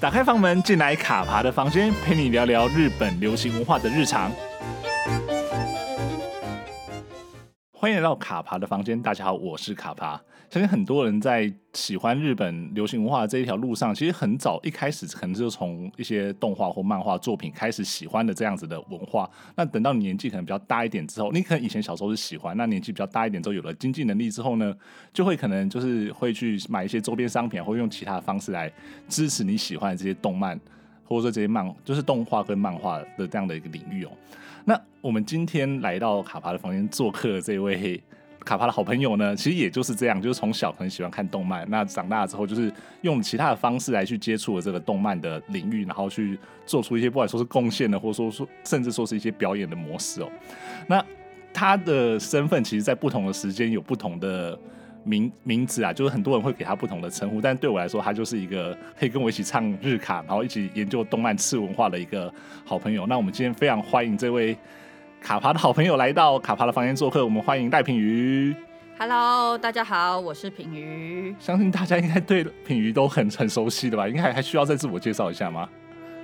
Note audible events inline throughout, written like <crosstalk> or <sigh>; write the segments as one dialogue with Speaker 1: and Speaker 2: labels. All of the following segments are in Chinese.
Speaker 1: 打开房门，进来卡爬的房间，陪你聊聊日本流行文化的日常。欢迎来到卡爬的房间，大家好，我是卡爬。相信很多人在喜欢日本流行文化的这一条路上，其实很早一开始可能就从一些动画或漫画作品开始喜欢的这样子的文化。那等到你年纪可能比较大一点之后，你可能以前小时候是喜欢，那年纪比较大一点之后，有了经济能力之后呢，就会可能就是会去买一些周边商品，或用其他的方式来支持你喜欢的这些动漫，或者说这些漫就是动画跟漫画的这样的一个领域哦。那我们今天来到卡帕的房间做客的这位卡帕的好朋友呢，其实也就是这样，就是从小很喜欢看动漫，那长大之后就是用其他的方式来去接触了这个动漫的领域，然后去做出一些不管说是贡献的，或者说说甚至说是一些表演的模式哦。那他的身份其实，在不同的时间有不同的名名字啊，就是很多人会给他不同的称呼，但对我来说，他就是一个可以跟我一起唱日卡，然后一起研究动漫次文化的一个好朋友。那我们今天非常欢迎这位卡帕的好朋友来到卡帕的房间做客，我们欢迎戴品瑜。
Speaker 2: Hello，大家好，我是品瑜。
Speaker 1: 相信大家应该对品瑜都很很熟悉的吧？应该还还需要再自我介绍一下吗？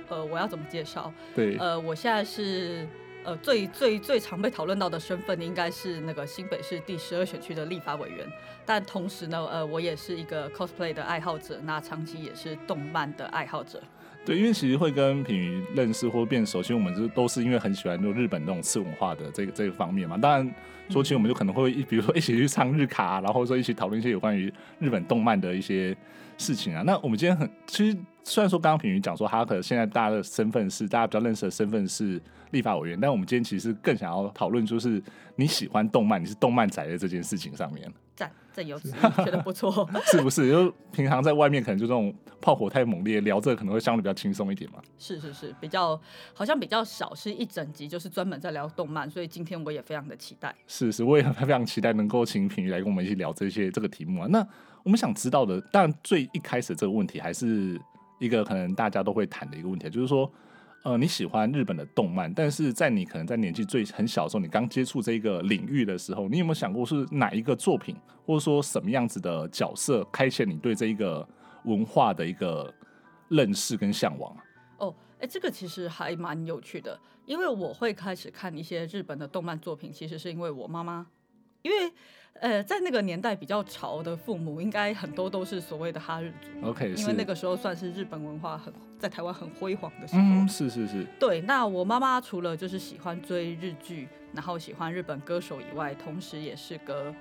Speaker 2: 呃，我要怎么介绍？
Speaker 1: 对，
Speaker 2: 呃，我现在是呃最最最常被讨论到的身份，应该是那个新北市第十二选区的立法委员。但同时呢，呃，我也是一个 cosplay 的爱好者，那长期也是动漫的爱好者。
Speaker 1: 对，因为其实会跟品瑜认识或变熟，其实我们就是都是因为很喜欢就日本那种次文化的这个这个方面嘛。当然，说起我们就可能会一，比如说一起去唱日卡、啊然后说一起讨论一些有关于日本动漫的一些事情啊。那我们今天很，其实虽然说刚刚品瑜讲说他可能现在大家的身份是大家比较认识的身份是立法委员，但我们今天其实更想要讨论就是你喜欢动漫，你是动漫宅的这件事情上面。
Speaker 2: 赞，正有此意， <laughs> 觉得不错。
Speaker 1: 是不是？就平常在外面可能就这种炮火太猛烈，聊这个可能会相对比较轻松一点嘛。
Speaker 2: 是是是，比较好像比较少，是一整集就是专门在聊动漫，所以今天我也非常的期待。
Speaker 1: 是是，我也很非常期待能够请品瑜来跟我们一起聊这些这个题目啊。那我们想知道的，当然最一开始这个问题还是一个可能大家都会谈的一个问题，啊就是说，呃，你喜欢日本的动漫，但是在你可能在年纪最很小的时候，你刚接触这个领域的时候，你有没有想过是哪一个作品，或者说什么样子的角色开启你对这一个文化的一个认识跟向往啊？
Speaker 2: 哦，哎，这个其实还蛮有趣的，因为我会开始看一些日本的动漫作品，其实是因为我妈妈，因为呃，在那个年代比较潮的父母，应该很多都是所谓的哈日族，
Speaker 1: OK，
Speaker 2: 因
Speaker 1: 是
Speaker 2: 为那个时候算是日本文化很在台湾很辉煌的时候。
Speaker 1: 嗯，是是是，
Speaker 2: 对，那我妈妈除了就是喜欢追日剧，然后喜欢日本歌手以外，同时也是个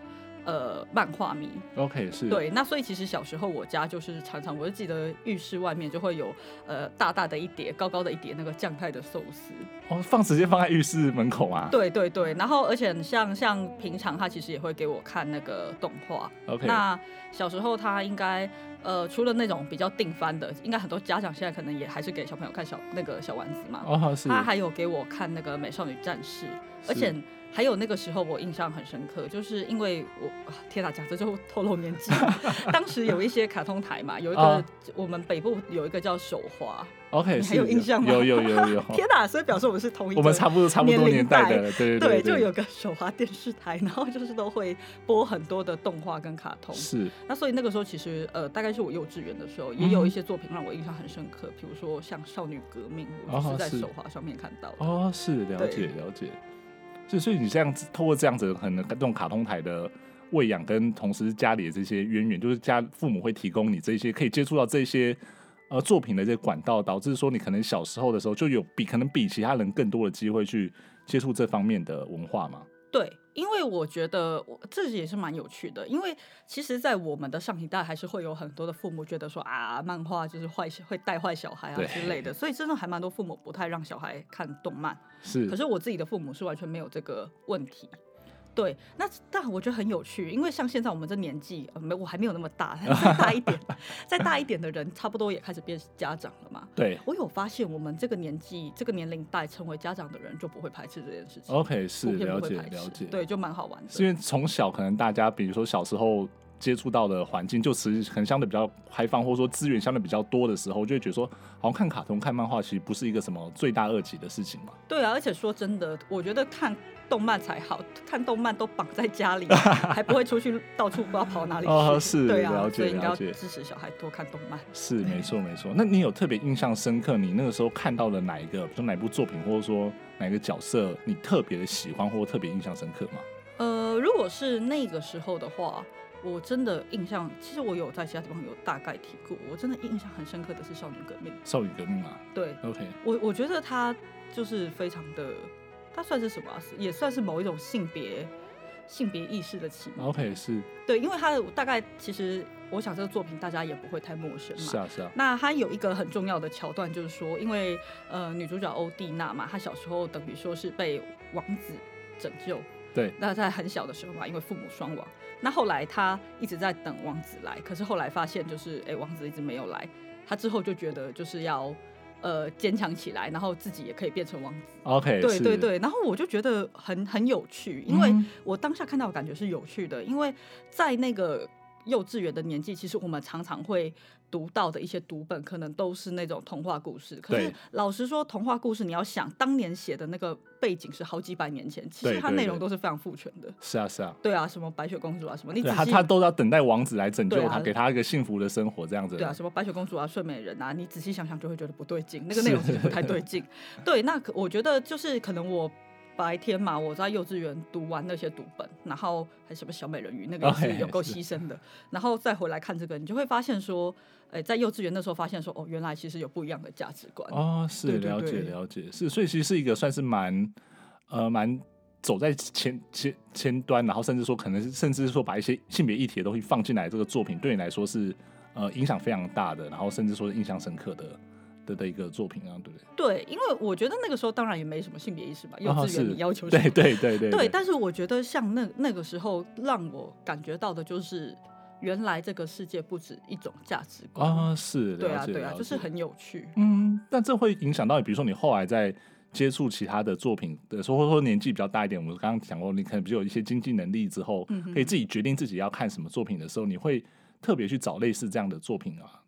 Speaker 2: 呃漫画迷，
Speaker 1: OK，是，
Speaker 2: 对，那所以其实小时候我家就是常常，我就记得浴室外面就会有呃大大的一碟、高高的一碟那个酱菜的寿司。
Speaker 1: 哦，放直接放在浴室门口啊。
Speaker 2: 对对对，然后而且像像平常他其实也会给我看那个动画。
Speaker 1: OK，
Speaker 2: 那小时候他应该呃除了那种比较定番的，应该很多家长现在可能也还是给小朋友看小那个小丸子嘛。
Speaker 1: 哦是，
Speaker 2: 啊他还有给我看那个《美少女战士》，而且还有那个时候我印象很深刻，就是因为我啊天哪，讲这就透露年纪
Speaker 1: <laughs>
Speaker 2: 了。当时有一些卡通台嘛，有一个、
Speaker 1: 啊
Speaker 2: 我们北部有一个叫手滑，
Speaker 1: OK，
Speaker 2: 你
Speaker 1: 是
Speaker 2: 还有印象吗
Speaker 1: 有有有
Speaker 2: <laughs>
Speaker 1: 有，
Speaker 2: 天哪，所以表示我们是同一个。
Speaker 1: 我们差不多差不多年代的了，对对
Speaker 2: 对，就有个手滑电视台，然后就是都会播很多的动画跟卡通。
Speaker 1: 是
Speaker 2: 那所以那个时候其实呃，大概是我幼稚园的时候，也有
Speaker 1: 嗯
Speaker 2: 一些作品让我印象很深刻，比如说像《少女革命》，我
Speaker 1: 哦
Speaker 2: 就是在
Speaker 1: 是
Speaker 2: 手滑上面看到的。
Speaker 1: 哦是了解了解，所以所以你这样子透过这样子可能这种卡通台的喂养，跟同时家里的这些渊源，就是家父母会提供你这些可以接触到这些。呃，作品的这些管道，导致说你可能小时候的时候就有比可能比其他人更多的机会去接触这方面的文化嘛？
Speaker 2: 对，因为我觉得我这也是蛮有趣的，因为其实，在我们的上一代还是会有很多的父母觉得说啊，漫画就是坏小，会带坏小孩啊
Speaker 1: 对
Speaker 2: 之类的，所以真的还蛮多父母不太让小孩看动漫。
Speaker 1: 是，
Speaker 2: 可是我自己的父母是完全没有这个问题。对，那但我觉得很有趣，因为像现在我们这年纪，呃没、我还没有那么大，再大一点，再大一点的人，差不多也开始变家长了嘛。
Speaker 1: 对
Speaker 2: 我有发现，我们这个年纪、这个年龄代成为家长的人，就不会排斥这件事情。
Speaker 1: ，OK，是
Speaker 2: 普遍
Speaker 1: 了
Speaker 2: 不会
Speaker 1: 解
Speaker 2: 排斥
Speaker 1: 了解，
Speaker 2: 对，就蛮好玩的。
Speaker 1: 是因为从小可能大家，比如说小时候接触到的环境，就其实很相对比较开放，或者说资源相对比较多的时候，就会觉得说，好像看卡通、看漫画其实不是一个什么罪大恶极的事情嘛。
Speaker 2: 对啊，而且说真的，我觉得看动漫才好，看动漫都绑在家
Speaker 1: <laughs>
Speaker 2: 里，还不会出去到处不知道跑哪里去。
Speaker 1: 哦是
Speaker 2: 对啊，
Speaker 1: 了解
Speaker 2: 所以应该要
Speaker 1: 了解
Speaker 2: 支持小孩多看动漫。
Speaker 1: 是，没错，没错。那你有特别印象深刻，你那个时候看到的哪一个，比如说哪一部作品，或者说哪一个角色，你特别的喜欢或特别印象深刻吗？
Speaker 2: 呃，如果是那个时候的话，我真的印象，其实我有在其他地方有大概提过，我真的印象很深刻的是《少女革命》。
Speaker 1: 少女革命啊嘛
Speaker 2: 对
Speaker 1: ，OK，
Speaker 2: 我，我觉得她就是非常的，她算是什么啊、是也算是某一种性别性别意识的启蒙。
Speaker 1: OK 是
Speaker 2: 对，因为她的大概其实，我想这个作品大家也不会太陌生嘛。
Speaker 1: 是啊是啊，
Speaker 2: 那它有一个很重要的桥段，就是说，因为呃女主角欧蒂娜嘛，她小时候等于说是被王子拯救。
Speaker 1: 对，
Speaker 2: 那在很小的时候嘛，因为父母双亡，那后来她一直在等王子来，可是后来发现就是，哎、王子一直没有来，她之后就觉得就是要呃坚强起来，然后自己也可以变成王子。
Speaker 1: OK
Speaker 2: 对
Speaker 1: 是
Speaker 2: 对，对，然后我就觉得很很有趣，因为
Speaker 1: 嗯
Speaker 2: 我当下看到的感觉是有趣的，因为在那个幼稚园的年纪，其实我们常常会读到的一些读本，可能都是那种童话故事。可是
Speaker 1: 对
Speaker 2: 老实说，童话故事你要想当年写的那个背景是好几百年前，其
Speaker 1: 对
Speaker 2: 实它
Speaker 1: 对
Speaker 2: 内
Speaker 1: 对
Speaker 2: 容都是非常父权的。
Speaker 1: 是啊是啊。
Speaker 2: 对啊，什么白雪公主啊，什么你
Speaker 1: 对
Speaker 2: 仔
Speaker 1: 他，
Speaker 2: 细
Speaker 1: 他都要等待王子来拯救
Speaker 2: 对啊
Speaker 1: 他，给他一个幸福的生活，这样子。
Speaker 2: 对啊，什么白雪公主啊、睡美人啊，你仔细想想就会觉得不对劲，那个内容其实不太对
Speaker 1: <laughs>
Speaker 2: 劲。对，那可我觉得就是可能我白天嘛，我在幼稚园读完那些读本，然后还什么小美人鱼，那个也
Speaker 1: OK，
Speaker 2: 是有够
Speaker 1: 哦是
Speaker 2: 牺牲的，然后再回来看这个，你就会发现说，哎、在幼稚园那时候发现说，哦，原来其实有不一样的价值观。
Speaker 1: 哦，是
Speaker 2: 对对
Speaker 1: 了解
Speaker 2: 对
Speaker 1: 了解，是，所以其实是一个算是蛮呃蛮走在前前前端，然后甚至说可能是甚至说把一些性别议题的东西放进来，这个作品对你来说是呃影响非常大的，然后甚至说是印象深刻的的的一个作品啊，对不对？
Speaker 2: 对，因为我觉得那个时候当然也没什么性别意识嘛，幼
Speaker 1: 哦
Speaker 2: 稚
Speaker 1: 是
Speaker 2: 园你要求什么
Speaker 1: 对对对对
Speaker 2: <laughs> 对，
Speaker 1: 对
Speaker 2: 但是我觉得像那那个时候让我感觉到的就是，原来这个世界不止一种价值观。
Speaker 1: 啊、是
Speaker 2: 对
Speaker 1: 了
Speaker 2: 啊，
Speaker 1: 解
Speaker 2: 对
Speaker 1: 了
Speaker 2: 啊，
Speaker 1: 解，
Speaker 2: 就是很有趣。
Speaker 1: 嗯，但这会影响到你，比如说你后来在接触其他的作品的时候，或者说年纪比较大一点，我们刚刚讲过，你可能比如有一些经济能力之后，
Speaker 2: 嗯哼
Speaker 1: 可以自己决定自己要看什么作品的时候，你会特别去找类似这样的作品啊。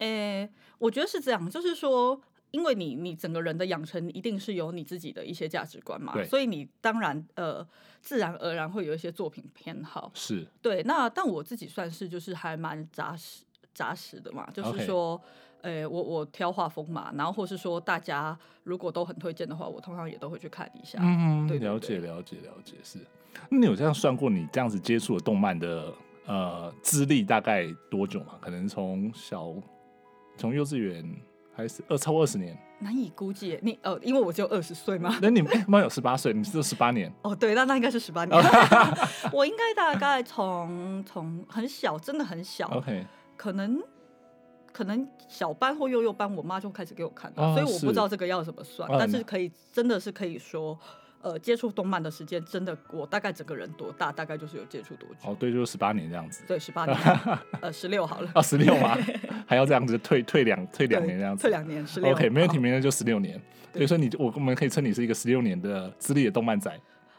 Speaker 2: 诶、我觉得是这样，就是说，因为你你整个人的养成一定是有你自己的一些价值观嘛
Speaker 1: 对，
Speaker 2: 所以你当然呃，自然而然会有一些作品偏好。
Speaker 1: 是
Speaker 2: 对，那但我自己算是就是还蛮扎实扎实的嘛，就
Speaker 1: OK
Speaker 2: 是说，诶、我我挑画风嘛，然后或是说大家如果都很推荐的话，我通常也都会去看一下。
Speaker 1: 嗯，
Speaker 2: 对对
Speaker 1: 了
Speaker 2: 对
Speaker 1: 解了解了解，是。那你有这样算过你这样子接触的动漫的呃资历大概多久吗？可能从小从幼稚园还是呃二超过二十年？
Speaker 2: 难以估计耶，你呃，因为我只有二十岁嘛。
Speaker 1: 那你们漫有十八岁，你是十八
Speaker 2: <laughs>
Speaker 1: 年
Speaker 2: 哦，对，那那应该是十八年， <laughs> 我应该大概从从很小，真的很小
Speaker 1: ？OK，
Speaker 2: 可能可能小班或幼幼班，我妈就开始给我看了，
Speaker 1: 哦
Speaker 2: 所以我
Speaker 1: 是
Speaker 2: 不知道这个要怎么算，
Speaker 1: 嗯
Speaker 2: 但是可以真的是可以说，呃，接触动漫的时间真的，我大概整个人多大，大概就是有接触多久，
Speaker 1: 哦，对，就是十八年这样子。
Speaker 2: 对，十
Speaker 1: <laughs>
Speaker 2: 八年，呃，十六好了，
Speaker 1: 啊，十六嘛， <laughs> 还要这样子退退两退两年这样
Speaker 2: 对
Speaker 1: 子，
Speaker 2: 退两年，十六
Speaker 1: OK，没问题，
Speaker 2: 好
Speaker 1: 明年就十六年。
Speaker 2: 对
Speaker 1: 对，所以你就我我们可以称你是一个十六年的资历的动漫仔。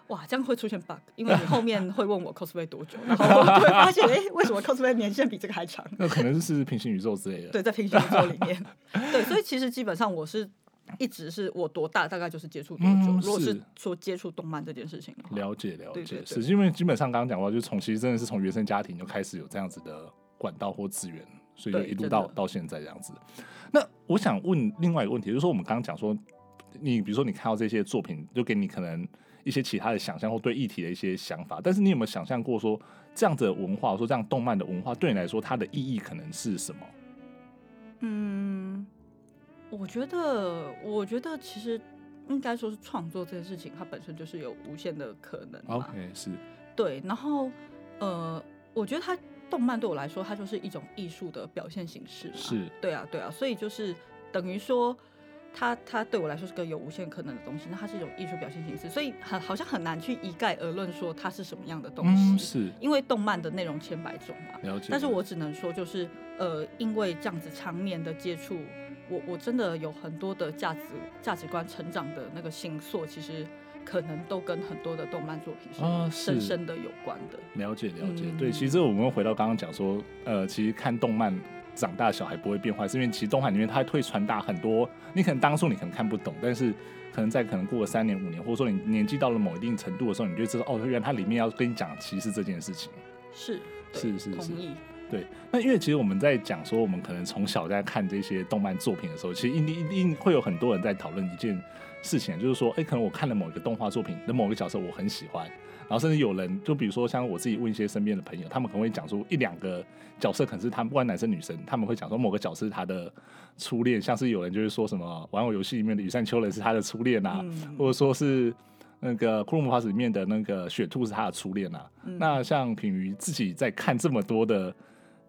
Speaker 2: 哇，这样会出现 bug，因为你后面会问我 cosplay 多久，然后我就会发现，哎、为什么 cosplay 年限比这个还长？
Speaker 1: 那可能是平行宇宙之类的。
Speaker 2: 对，在平行宇宙里
Speaker 1: <laughs>
Speaker 2: 面，对，所以其实基本上我是一直是我多大大概就是接触多久。
Speaker 1: 嗯
Speaker 2: 如果是
Speaker 1: 是
Speaker 2: 说接触动漫这件事情的话，
Speaker 1: 了解了
Speaker 2: 对
Speaker 1: 解，
Speaker 2: 对
Speaker 1: 是
Speaker 2: 对
Speaker 1: 因为基本上刚刚讲过，就是从其实真的是从原生家庭就开始有这样子的管道或资源，所以就
Speaker 2: 对
Speaker 1: 一路
Speaker 2: 真
Speaker 1: 到
Speaker 2: 的
Speaker 1: 到现在这样子。那我想问另外一个问题，就是说我们刚刚讲说，你比如说你看到这些作品，就给你可能一些其他的想象或对议题的一些想法，但是你有没有想象过说这样子的文化，或者说这样动漫的文化对你来说它的意义可能是什么？
Speaker 2: 嗯，我觉得，我觉得其实应该说是创作这件事情，它本身就是有无限的可能嘛。
Speaker 1: OK，是
Speaker 2: 对，然后呃，我觉得它动漫对我来说，它就是一种艺术的表现形式嘛。
Speaker 1: 是，
Speaker 2: 对啊，对啊，所以就是等于说，它它对我来说是个有无限可能的东西，那它是一种艺术表现形式，所以很好像很难去一概而论说它是什么样的东西，
Speaker 1: 嗯，是
Speaker 2: 因为动漫的内容千百种嘛。
Speaker 1: 了解。
Speaker 2: 但是我只能说，就是呃，因为这样子常年的接触，我我真的有很多的价值价值观成长的那个心锁，其实可能都跟很多的动漫作品
Speaker 1: 啊
Speaker 2: 是
Speaker 1: 是
Speaker 2: 深深的有关的。
Speaker 1: 了解了解，
Speaker 2: 嗯
Speaker 1: 对，其实这我们回到刚刚讲说，呃，其实看动漫长大小孩不会变坏，是因为其实动漫里面它会传达很多，你可能当初你可能看不懂，但是可能在可能过了三年五年，或者说你年纪到了某一定程度的时候，你就知道哦，原来它里面要跟你讲歧视这件事情。
Speaker 2: 是，对
Speaker 1: 是是是
Speaker 2: 同意。
Speaker 1: 对，那因为其实我们在讲说，我们可能从小在看这些动漫作品的时候，其实一定一定会有很多人在讨论一件事情，就是说，哎，可能我看了某一个动画作品的某个角色，我很喜欢，然后甚至有人，就比如说像我自己问一些身边的朋友，他们可能会讲出一两个角色，可能是他们不管男生女生，他们会讲说某个角色是他的初恋，像是有人就会说什么玩偶游戏里面的羽山秋人是他的初恋啊，
Speaker 2: 嗯，
Speaker 1: 或者说是那个《库洛魔法使》里面的那个雪兔是他的初恋啊。那像品瑜自己在看这么多的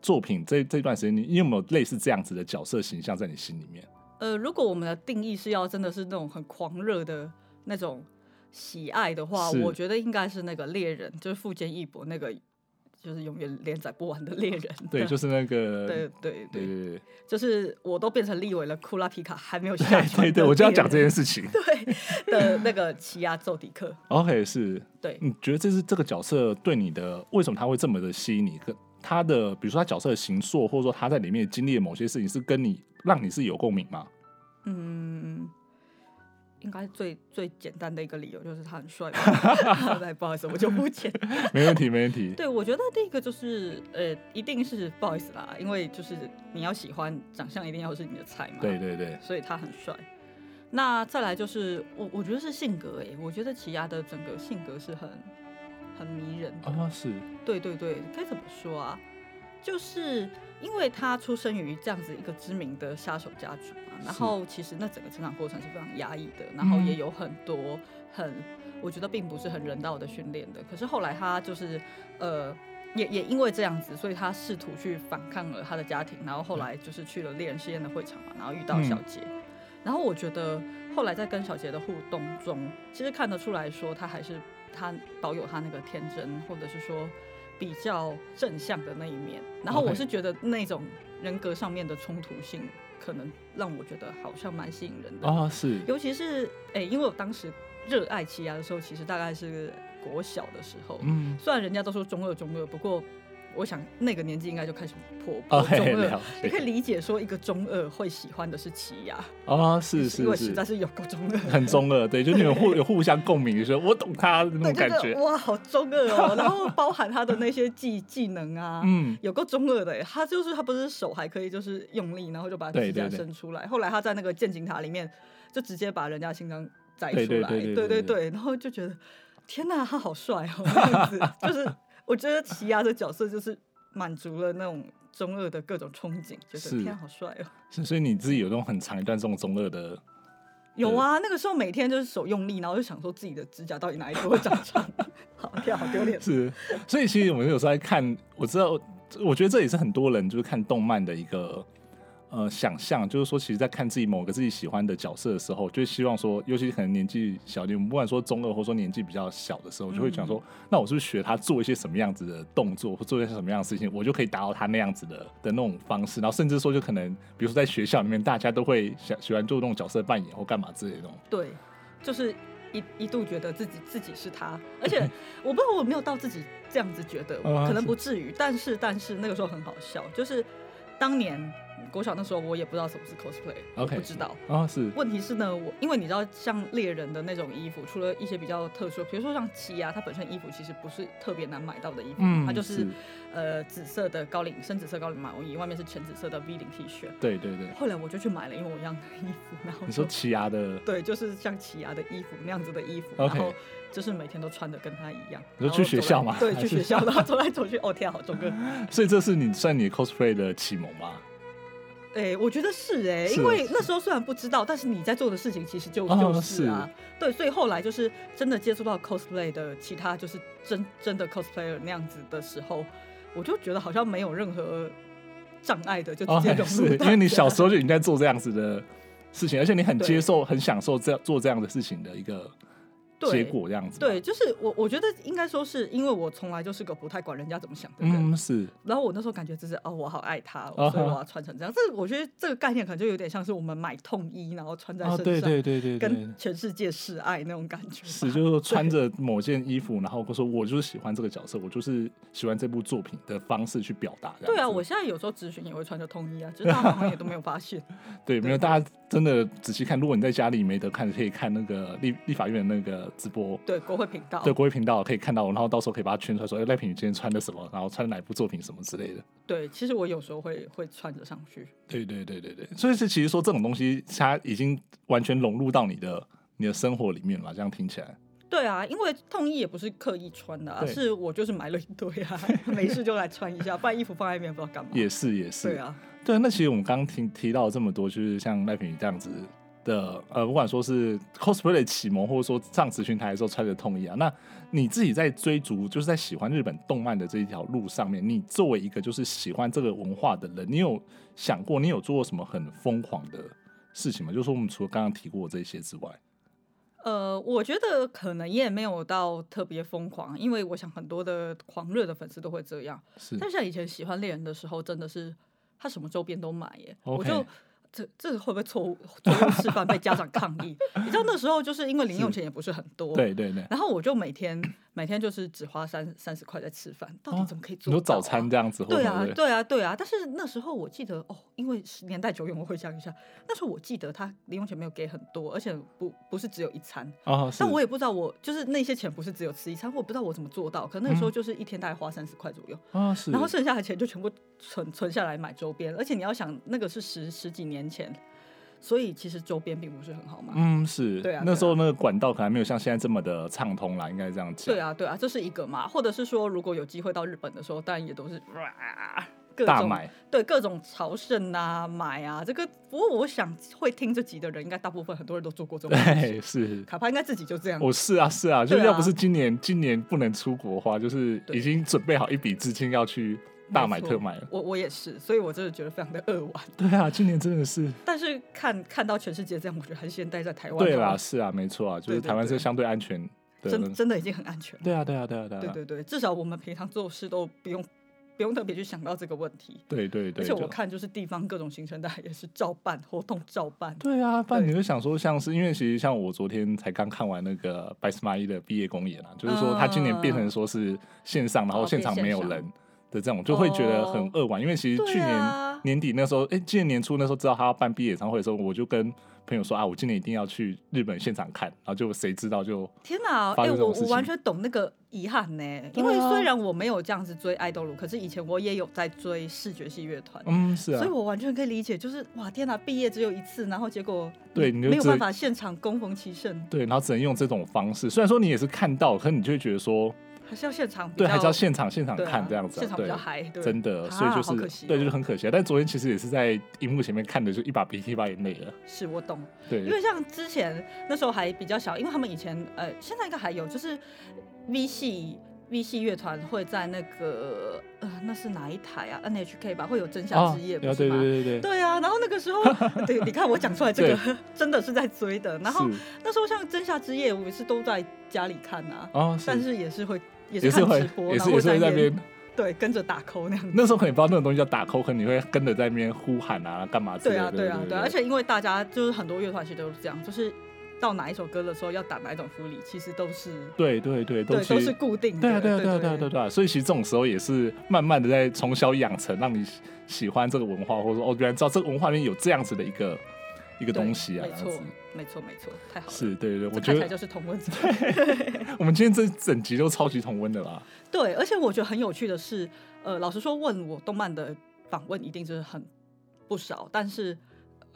Speaker 1: 作品，这这段时间你你有没有类似这样子的角色形象在你心里面？
Speaker 2: 呃，如果我们的定义是要真的是那种很狂热的那种喜爱的话，
Speaker 1: 是
Speaker 2: 我觉得应该是那个猎人，就是富坚义博那个，就是永远连载不完的猎人。
Speaker 1: 对，就是那个
Speaker 2: 对对
Speaker 1: 对
Speaker 2: 对，
Speaker 1: 对对
Speaker 2: 就是我都变成立委了，库拉皮卡还没有
Speaker 1: <laughs>
Speaker 2: 下
Speaker 1: 对
Speaker 2: 船
Speaker 1: 对
Speaker 2: 的
Speaker 1: 对，我就要
Speaker 2: 猎
Speaker 1: 讲这件
Speaker 2: 人
Speaker 1: 事情。
Speaker 2: 对的那个奇亚奏迪克，
Speaker 1: <laughs> OK，是
Speaker 2: 对，
Speaker 1: 你觉得这是这个角色对你的为什么他会这么的吸引你？跟他的比如说他角色的形塑，或者说他在里面经历的某些事情，是跟你让你是有共鸣吗？
Speaker 2: 嗯，应该最最简单的一个理由就是他很帅吧。 <laughs> 对，不好意思，我就不简单。
Speaker 1: 没问题，没问题。
Speaker 2: <laughs> 对，我觉得第一个就是呃，一定是不好意思啦，因为就是你要喜欢长相，一定要是你的菜嘛。
Speaker 1: 对，对对，
Speaker 2: 所以他很帅。那再来就是我，我觉得是性格哎、我觉得奇亚的整个性格是很很迷人的。
Speaker 1: 啊是，
Speaker 2: 对对对，该怎么说啊？就是因为他出生于这样子一个知名的杀手家族嘛，然
Speaker 1: 是
Speaker 2: 后其实那整个成长过程是非常压抑的，然后
Speaker 1: 嗯
Speaker 2: 也有很多很我觉得并不是很人道的训练的。可是后来他就是呃，也也因为这样子，所以他试图去反抗了他的家庭，然后后来就是去了猎人试验的会场嘛，然后遇到
Speaker 1: 嗯
Speaker 2: 小杰。然后我觉得后来在跟小杰的互动中，其实看得出来说他还是他保有他那个天真，或者是说比较正向的那一面。然后
Speaker 1: OK
Speaker 2: 我是觉得那种人格上面的冲突性，可能让我觉得好像蛮吸引人的。
Speaker 1: 啊是，
Speaker 2: 尤其是诶、因为我当时热爱奇亚的时候，其实大概是国小的时候。
Speaker 1: 嗯，
Speaker 2: 虽然人家都说中二中二，不过我想那个年纪应该就开始破破
Speaker 1: 哦，嘿
Speaker 2: 中
Speaker 1: 嘿
Speaker 2: 二。
Speaker 1: 了
Speaker 2: 你可以
Speaker 1: 解
Speaker 2: 理解说，一个中二会喜欢的是奇亚，
Speaker 1: 啊，是
Speaker 2: 因
Speaker 1: 是
Speaker 2: 为实在
Speaker 1: 是，
Speaker 2: 是有够中二，
Speaker 1: 很中二，对，就你们互 <laughs> 有互相共鸣，就说我懂他那种
Speaker 2: 对，就
Speaker 1: 感
Speaker 2: 是
Speaker 1: 觉，
Speaker 2: 哇，好中二
Speaker 1: <laughs>
Speaker 2: 哦。然后包含他的那些技技能啊，
Speaker 1: 嗯，
Speaker 2: 有够中二的耶。他就是他不是手还可以就是用力，然后就把
Speaker 1: 对
Speaker 2: 指甲
Speaker 1: 对对
Speaker 2: 伸出来。后来他在那个剑井塔里面就直接把人家心脏摘出来，
Speaker 1: 对对对对对对
Speaker 2: 对然后就觉得天哪，他好帅哦，这
Speaker 1: <laughs>
Speaker 2: 样子就是我觉得奇亚这角色就是满足了那种中二的各种憧憬，觉
Speaker 1: 是
Speaker 2: 得天啊好帅哦。
Speaker 1: 是，所以你自己有那种很长一段这种中二的，
Speaker 2: 有啊，那个时候每天就是手用力，然后就想说自己的指甲到底哪一颗会长长， <laughs> 好天啊好丢脸。
Speaker 1: 是，所以其实我们有时候在看，我知道，我觉得这也是很多人就是看动漫的一个。呃，想象就是说，其实，在看自己某个自己喜欢的角色的时候，就希望说，尤其可能年纪小一点，我们不管说中二，或者说年纪比较小的时候，就会想说，
Speaker 2: 嗯
Speaker 1: 那我是不是学他做一些什么样子的动作，或做一些什么样的事情，我就可以达到他那样子的的那种方式，然后甚至说，就可能，比如说在学校里面，大家都会想喜欢做那种角色扮演或干嘛之类的那种。
Speaker 2: 对，就是一一度觉得自己自己是他，而 <laughs> 且我不知道我有没有到自己这样子觉得，
Speaker 1: 啊
Speaker 2: 可能
Speaker 1: 是
Speaker 2: 不至于，但是但是那个时候很好笑，就是当年国小那时候我也不知道什么是 cosplay，我
Speaker 1: OK
Speaker 2: 不知道。
Speaker 1: 啊、是，
Speaker 2: 问题是呢，我因为你知道，像猎人的那种衣服，除了一些比较特殊，比如说像奇啊，它本身衣服其实不是特别难买到的衣服，
Speaker 1: 嗯，
Speaker 2: 它就是呃紫色的高领深紫色高领毛衣，外面是浅紫色的 V 领 T 恤。
Speaker 1: 对对对，
Speaker 2: 后来我就去买了一模一样的衣服，然后
Speaker 1: 你说
Speaker 2: 就
Speaker 1: 奇牙的，
Speaker 2: 对，就是像奇啊亚的衣服那样子的衣服
Speaker 1: OK
Speaker 2: 然后就是每天都穿的跟他一样。
Speaker 1: 你说
Speaker 2: 然后
Speaker 1: 去学校吗
Speaker 2: 走来对，
Speaker 1: 还
Speaker 2: 去
Speaker 1: 是
Speaker 2: 学校，然后走来走去。哦天啊，好中二！
Speaker 1: 所以这是你算你 cosplay 的启蒙吗？
Speaker 2: 哎、我觉得是哎、
Speaker 1: 是啊
Speaker 2: 因为那时候虽然不知道，但是你在做的事情其实就、
Speaker 1: 哦
Speaker 2: 就是啊对，所以后来就是真的接触到 cosplay 的其他就是真真的 cosplayer 那样子的时候，我就觉得好像没有任何障碍的，就直接融入
Speaker 1: 哦是
Speaker 2: 大
Speaker 1: 因为你
Speaker 2: 家
Speaker 1: 小时候就已经在做这样子的事情，而且你很
Speaker 2: 对
Speaker 1: 接受、很享受这样做这样的事情的一个结
Speaker 2: 对
Speaker 1: 果这样子。
Speaker 2: 对，，就是我，我觉得应该说是因为我从来就是个不太管人家怎么想的人，
Speaker 1: 嗯，是
Speaker 2: 然后我那时候感觉就是哦，我好爱他、
Speaker 1: 啊哈
Speaker 2: 哦，所以我要穿成这样。这我觉得这个概念可能就有点像是我们买痛衣，然后穿在身
Speaker 1: 啊，
Speaker 2: 上，
Speaker 1: 对对对对对
Speaker 2: 跟。全世界示爱那种感觉吧。
Speaker 1: 是，
Speaker 2: <laughs>
Speaker 1: 就是说穿着某件衣服，然后我说我就是喜欢这个角色，我就是喜欢这部作品的方式去表达。这样
Speaker 2: 对啊，
Speaker 1: 子
Speaker 2: 我现在有时候咨询也会穿着痛衣啊，只是大家好像也都没有发现。 <laughs>
Speaker 1: 对，没有，大家真的仔细看。如果你在家里没得看，可以看那个立立法院的那个直播，
Speaker 2: 对，国会频道
Speaker 1: 对，国会频道可以看到，然后到时候可以把它圈出来说，哎，赖品你今天穿的什么，然后穿哪部作品什么之类的。
Speaker 2: 对，其实我有时候会会穿着上去。
Speaker 1: 对对对对对，所以是其实说这种东西，它已经完全融入到你的你的生活里面嘛，这样听起来。
Speaker 2: 对啊，因为痛衣也不是刻意穿的、啊，
Speaker 1: 对
Speaker 2: 是我就是买了一堆啊， <laughs> 没事就来穿一下，不然衣服放在那边不知道干嘛。
Speaker 1: 也是也是，
Speaker 2: 对啊，
Speaker 1: 对那其实我们刚刚提提到这么多，就是像赖品妤这样子的，呃，不管说是 cosplay 的启蒙，或者说上职巡台的时候穿着痛衣啊，那你自己在追逐，就是在喜欢日本动漫的这一条路上面，你作为一个就是喜欢这个文化的人，你有想过你有做过什么很疯狂的事情吗？就是说我们除了刚刚提过这些之外，
Speaker 2: 呃，我觉得可能也没有到特别疯狂，因为我想很多的狂热的粉丝都会这样。
Speaker 1: 是
Speaker 2: 但是像以前喜欢猎人的时候，真的是他什么周边都买耶
Speaker 1: OK
Speaker 2: 我就。这这会不会错误错误示范被家长抗
Speaker 1: <laughs>
Speaker 2: 议？你知道那时候就是因为零用钱也不是很多，
Speaker 1: 对对对，
Speaker 2: 然后我就每天每天就是只花三三十块在吃饭，到底
Speaker 1: 啊
Speaker 2: 怎么可以
Speaker 1: 你
Speaker 2: 做、
Speaker 1: 说早餐。这样子，
Speaker 2: 对
Speaker 1: 或
Speaker 2: 啊
Speaker 1: 者，
Speaker 2: 对啊，对啊！但是那时候我记得哦，因为是年代久远，我回想一下，那时候我记得他零用钱没有给很多，而且不不是只有一餐，
Speaker 1: 啊，是
Speaker 2: 但我也不知道我就是那些钱不是只有吃一餐，我不知道我怎么做到。可那个
Speaker 1: 嗯
Speaker 2: 时候就是一天大概花三十块左右，
Speaker 1: 啊是，
Speaker 2: 然后剩下的钱就全部存存下来买周边，而且你要想那个是十十几年前，所以其实周边并不是很好买。
Speaker 1: 嗯，是，
Speaker 2: 对啊
Speaker 1: 那
Speaker 2: 对啊
Speaker 1: 时候那个管道可能还没有像现在这么的畅通啦，应该这样讲。
Speaker 2: 对啊，对啊，这是一个嘛，或者是说，如果有机会到日本的时候，当然也都是哇，各
Speaker 1: 大
Speaker 2: 种
Speaker 1: 买
Speaker 2: 对各种朝圣啊、买啊，这个不过我想会听这集的人，应该大部分很多人都做
Speaker 1: <laughs>
Speaker 2: 过这种事情。
Speaker 1: 对是，
Speaker 2: 卡帕应该自己就这样
Speaker 1: 我、是啊是啊，就是
Speaker 2: 对啊
Speaker 1: 要不是今年今年不能出国的话，就是
Speaker 2: 对
Speaker 1: 已经准备好一笔资金要去大买特买了。
Speaker 2: 我我也是，所以我真的觉得非常的扼腕。
Speaker 1: 对啊，今年真的是
Speaker 2: 但是看看到全世界这样，我觉得还是先待在台湾好了。
Speaker 1: 对啦，是啊，没错啊，就是
Speaker 2: 对对
Speaker 1: 台湾
Speaker 2: 对
Speaker 1: 是相对安全的。
Speaker 2: 真真的已经很安全了。
Speaker 1: 对啊对啊对啊对
Speaker 2: 对
Speaker 1: 啊
Speaker 2: 对对，至少我们平常做事都不用不用特别去想到这个问题。
Speaker 1: 对对
Speaker 2: 而
Speaker 1: 对，
Speaker 2: 且我
Speaker 1: 就
Speaker 2: 看就是地方各种行程，大家也是照办，活动照办。
Speaker 1: 对啊，不然
Speaker 2: 对
Speaker 1: 你就想说，像是因为其实像我昨天才刚看完那个白石麻衣的毕业公演啊，就是说他今年变成说是线上，然后
Speaker 2: 哦
Speaker 1: 现场
Speaker 2: 变
Speaker 1: 没
Speaker 2: 线
Speaker 1: 有
Speaker 2: 上
Speaker 1: 人的这种，就会觉得很扼腕。因为其实
Speaker 2: 对
Speaker 1: 去年
Speaker 2: 啊
Speaker 1: 年底那时候，哎、今年年初那时候知道他要办毕业演唱会的时候，我就跟朋友说啊，我今年一定要去日本现场看，然后就谁知道就
Speaker 2: 天哪！
Speaker 1: 发
Speaker 2: 哎、
Speaker 1: 生这种
Speaker 2: 我
Speaker 1: 事
Speaker 2: 我
Speaker 1: 情啊
Speaker 2: 完全懂那个遗憾呢、因为虽然我没有这样子追爱豆路，可是以前我也有在追视觉系乐团。
Speaker 1: 嗯是啊
Speaker 2: 所以，，我完全可以理解，就是哇，天哪！毕业只有一次，然后结果
Speaker 1: 对你就
Speaker 2: 没有
Speaker 1: 只
Speaker 2: 办法现场攻逢其胜，
Speaker 1: 对，然后只能用这种方式。虽然说你也是看到，可你就会觉得说，
Speaker 2: 还是要现场比
Speaker 1: 对，
Speaker 2: 较，
Speaker 1: 还是要现场现场
Speaker 2: 对啊
Speaker 1: 看这样子啊、
Speaker 2: 现场比
Speaker 1: 对
Speaker 2: 较嗨，对
Speaker 1: 真的，
Speaker 2: 啊
Speaker 1: 所以就
Speaker 2: 好
Speaker 1: 是、
Speaker 2: 可惜哦
Speaker 1: 对，就是很可惜、啊。但昨天其实也是在荧幕前面看的，就一把鼻涕一把眼泪了。
Speaker 2: 是我懂。因
Speaker 1: 对，
Speaker 2: 为像之前那时候还比较小，因为他们以前呃，现在应该还有，就是 V 系 V 系乐团会在那个呃，那是哪一台啊？NHK 吧，会有真夏之夜，
Speaker 1: 对
Speaker 2: 不
Speaker 1: 啊对
Speaker 2: 是吗？
Speaker 1: 对对对，
Speaker 2: 对啊，然后那
Speaker 1: <laughs>
Speaker 2: 个时候，对，你看我讲出来这个 <laughs> 真的是在追的。然后
Speaker 1: 是
Speaker 2: 那时候像《真夏之夜》，我也是都在家里看啊，
Speaker 1: 哦，
Speaker 2: 但是也是会也
Speaker 1: 也
Speaker 2: 是
Speaker 1: 是
Speaker 2: 看
Speaker 1: 会
Speaker 2: 直播，
Speaker 1: 也
Speaker 2: 然
Speaker 1: 是
Speaker 2: 后
Speaker 1: 也
Speaker 2: 会
Speaker 1: 是会在
Speaker 2: 那
Speaker 1: 那
Speaker 2: 边
Speaker 1: 边，
Speaker 2: 对跟着打 call 那样子。
Speaker 1: 那时候可能也不知道那种东西叫打 call，可能你会跟着在那边呼喊啊，干嘛之类
Speaker 2: 对
Speaker 1: 的。
Speaker 2: 啊，
Speaker 1: 对
Speaker 2: 啊，
Speaker 1: 对
Speaker 2: 啊，而且因为大家就是很多乐团其实都是这样，就是到哪一首歌的时候要打哪一种福利，其实都是
Speaker 1: 对对对，
Speaker 2: 对
Speaker 1: 其
Speaker 2: 都是
Speaker 1: 实。
Speaker 2: 固定的。
Speaker 1: 对啊，对啊，对啊，
Speaker 2: 对
Speaker 1: 对啊，对啊对啊！所以其实这种时候也是慢慢的在从小养成，让你喜喜欢这个文化，或者说哦，原来知道这个文化里面有这样子的一个一个
Speaker 2: 对
Speaker 1: 东西啊，
Speaker 2: 没
Speaker 1: 这样
Speaker 2: 错
Speaker 1: 子，
Speaker 2: 没错，没错，太好了。
Speaker 1: 是，对对对，
Speaker 2: 这
Speaker 1: 我
Speaker 2: 看
Speaker 1: 觉
Speaker 2: 起来
Speaker 1: 得
Speaker 2: 就是同温
Speaker 1: <laughs>
Speaker 2: 层。
Speaker 1: 我们今天这整集都超级同温的啦。
Speaker 2: 对，而且我觉得很有趣的是，呃，老实说，问我动漫的访问一定是很不少，但是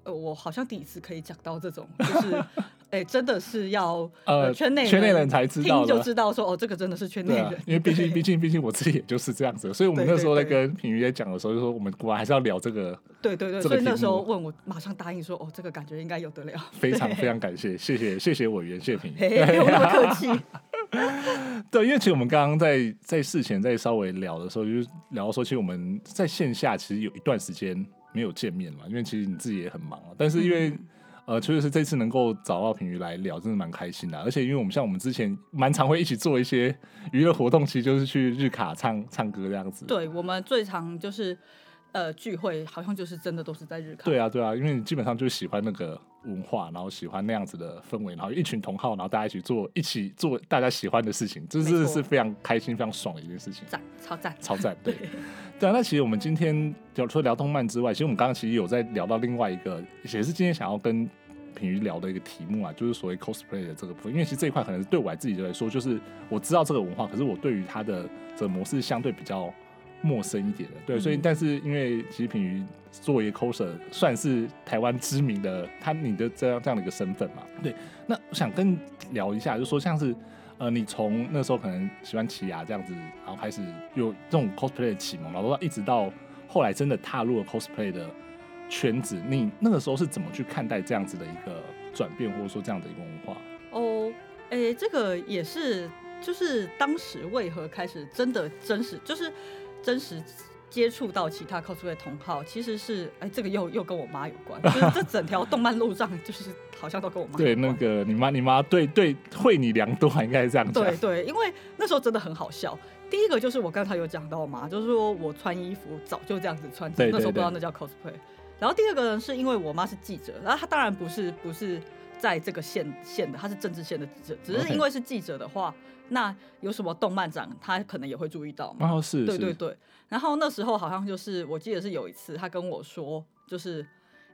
Speaker 2: 呃，我好像第一次可以讲到这种，就是
Speaker 1: <laughs>
Speaker 2: 哎、真的是要
Speaker 1: 呃
Speaker 2: 圈内
Speaker 1: 圈内人才知道
Speaker 2: 听就
Speaker 1: 的
Speaker 2: 知道说哦，这个真的是圈内
Speaker 1: 对啊
Speaker 2: 人，，
Speaker 1: 因为毕竟
Speaker 2: 对
Speaker 1: 毕竟毕竟我自己也就是这样子，所以我们
Speaker 2: 对
Speaker 1: 那时候在
Speaker 2: 对对
Speaker 1: 跟品瑜在讲的时候，就说我们果然还是要聊这个，
Speaker 2: 对对对，
Speaker 1: 这个
Speaker 2: 所以
Speaker 1: 题
Speaker 2: 那时候
Speaker 1: 目
Speaker 2: 问我，马上答应说哦，这个感觉应该有得了。
Speaker 1: <laughs> 非常非常感谢，谢谢谢谢委员谢品
Speaker 2: 嘿
Speaker 1: 瑜。
Speaker 2: 嘿，
Speaker 1: <laughs>
Speaker 2: 不用那么客气。
Speaker 1: 啊对，因为其实我们刚刚在在事前在稍微聊的时候，就是聊到说，其实我们
Speaker 2: 嗯
Speaker 1: 在线下其实有一段时间没有见面嘛，因为其实你自己也很忙啊，但是因为、呃，确实是这次能够找到平鱼来聊，真的蛮开心的啊。而且因为我们像我们之前蛮常会一起做一些娱乐活动，其实就是去日卡唱唱歌这样子。
Speaker 2: 对我们最常就是呃聚会，好像就是真的都是在日卡。
Speaker 1: 对啊，对啊，因为你基本上就是喜欢那个文化，然后喜欢那样子的氛围，然后一群同好，然后大家一起做一起做大家喜欢的事情，这
Speaker 2: 没
Speaker 1: 真的
Speaker 2: 错
Speaker 1: 是非常开心、非常爽的一件事情。
Speaker 2: 赞，超赞。
Speaker 1: 超赞，对，对啊。那其实我们今天聊除了聊动漫之外，其实我们刚刚其实有在聊到另外一个，也是今天想要跟品瑜聊的一个题目啊，就是所谓 cosplay 的这个部分。因为其实这一块可能对我自己来说，就是我知道这个文化，可是我对于它的这个模式相对比较陌生一点的。对，所以
Speaker 2: 嗯
Speaker 1: 但是因为其实品瑜作为 coser，算是台湾知名的，他你的这样这样的一个身份嘛，对。那我想跟你聊一下，就说像是呃，你从那时候可能喜欢奇亚这样子，然后开始有这种 cosplay 的启蒙，然后一直到后来真的踏入了 cosplay 的圈子，你那个时候是怎么去看待这样子的一个转变，或者说这样的一个文化？
Speaker 2: 哦，诶，这个也是，就是当时为何开始真的真实，就是真实接触到其他 cosplay 同好，其实是哎，这个又又跟我妈有关，就是这整条动漫路上，就是好像都跟我妈有
Speaker 1: 对，
Speaker 2: 关
Speaker 1: 那个你妈，你妈对对，惠你良多，应该是这样讲。
Speaker 2: 对对，因为那时候真的很好笑。第一个就是我刚才有讲到嘛，就是说我穿衣服早就这样子穿，
Speaker 1: 对对
Speaker 2: 那时候不知道
Speaker 1: 对
Speaker 2: 那叫 cosplay。然后第二个呢，是因为我妈是记者，然后她当然不是不是在这个线线的，她是政治线的记者，只是
Speaker 1: OK
Speaker 2: 因为是记者的话，那有什么动漫展，她可能也会注意到嘛。
Speaker 1: 然后哦是，
Speaker 2: 对
Speaker 1: 是
Speaker 2: 对对。然后那时候好像就是，我记得是有一次她跟我说，就是。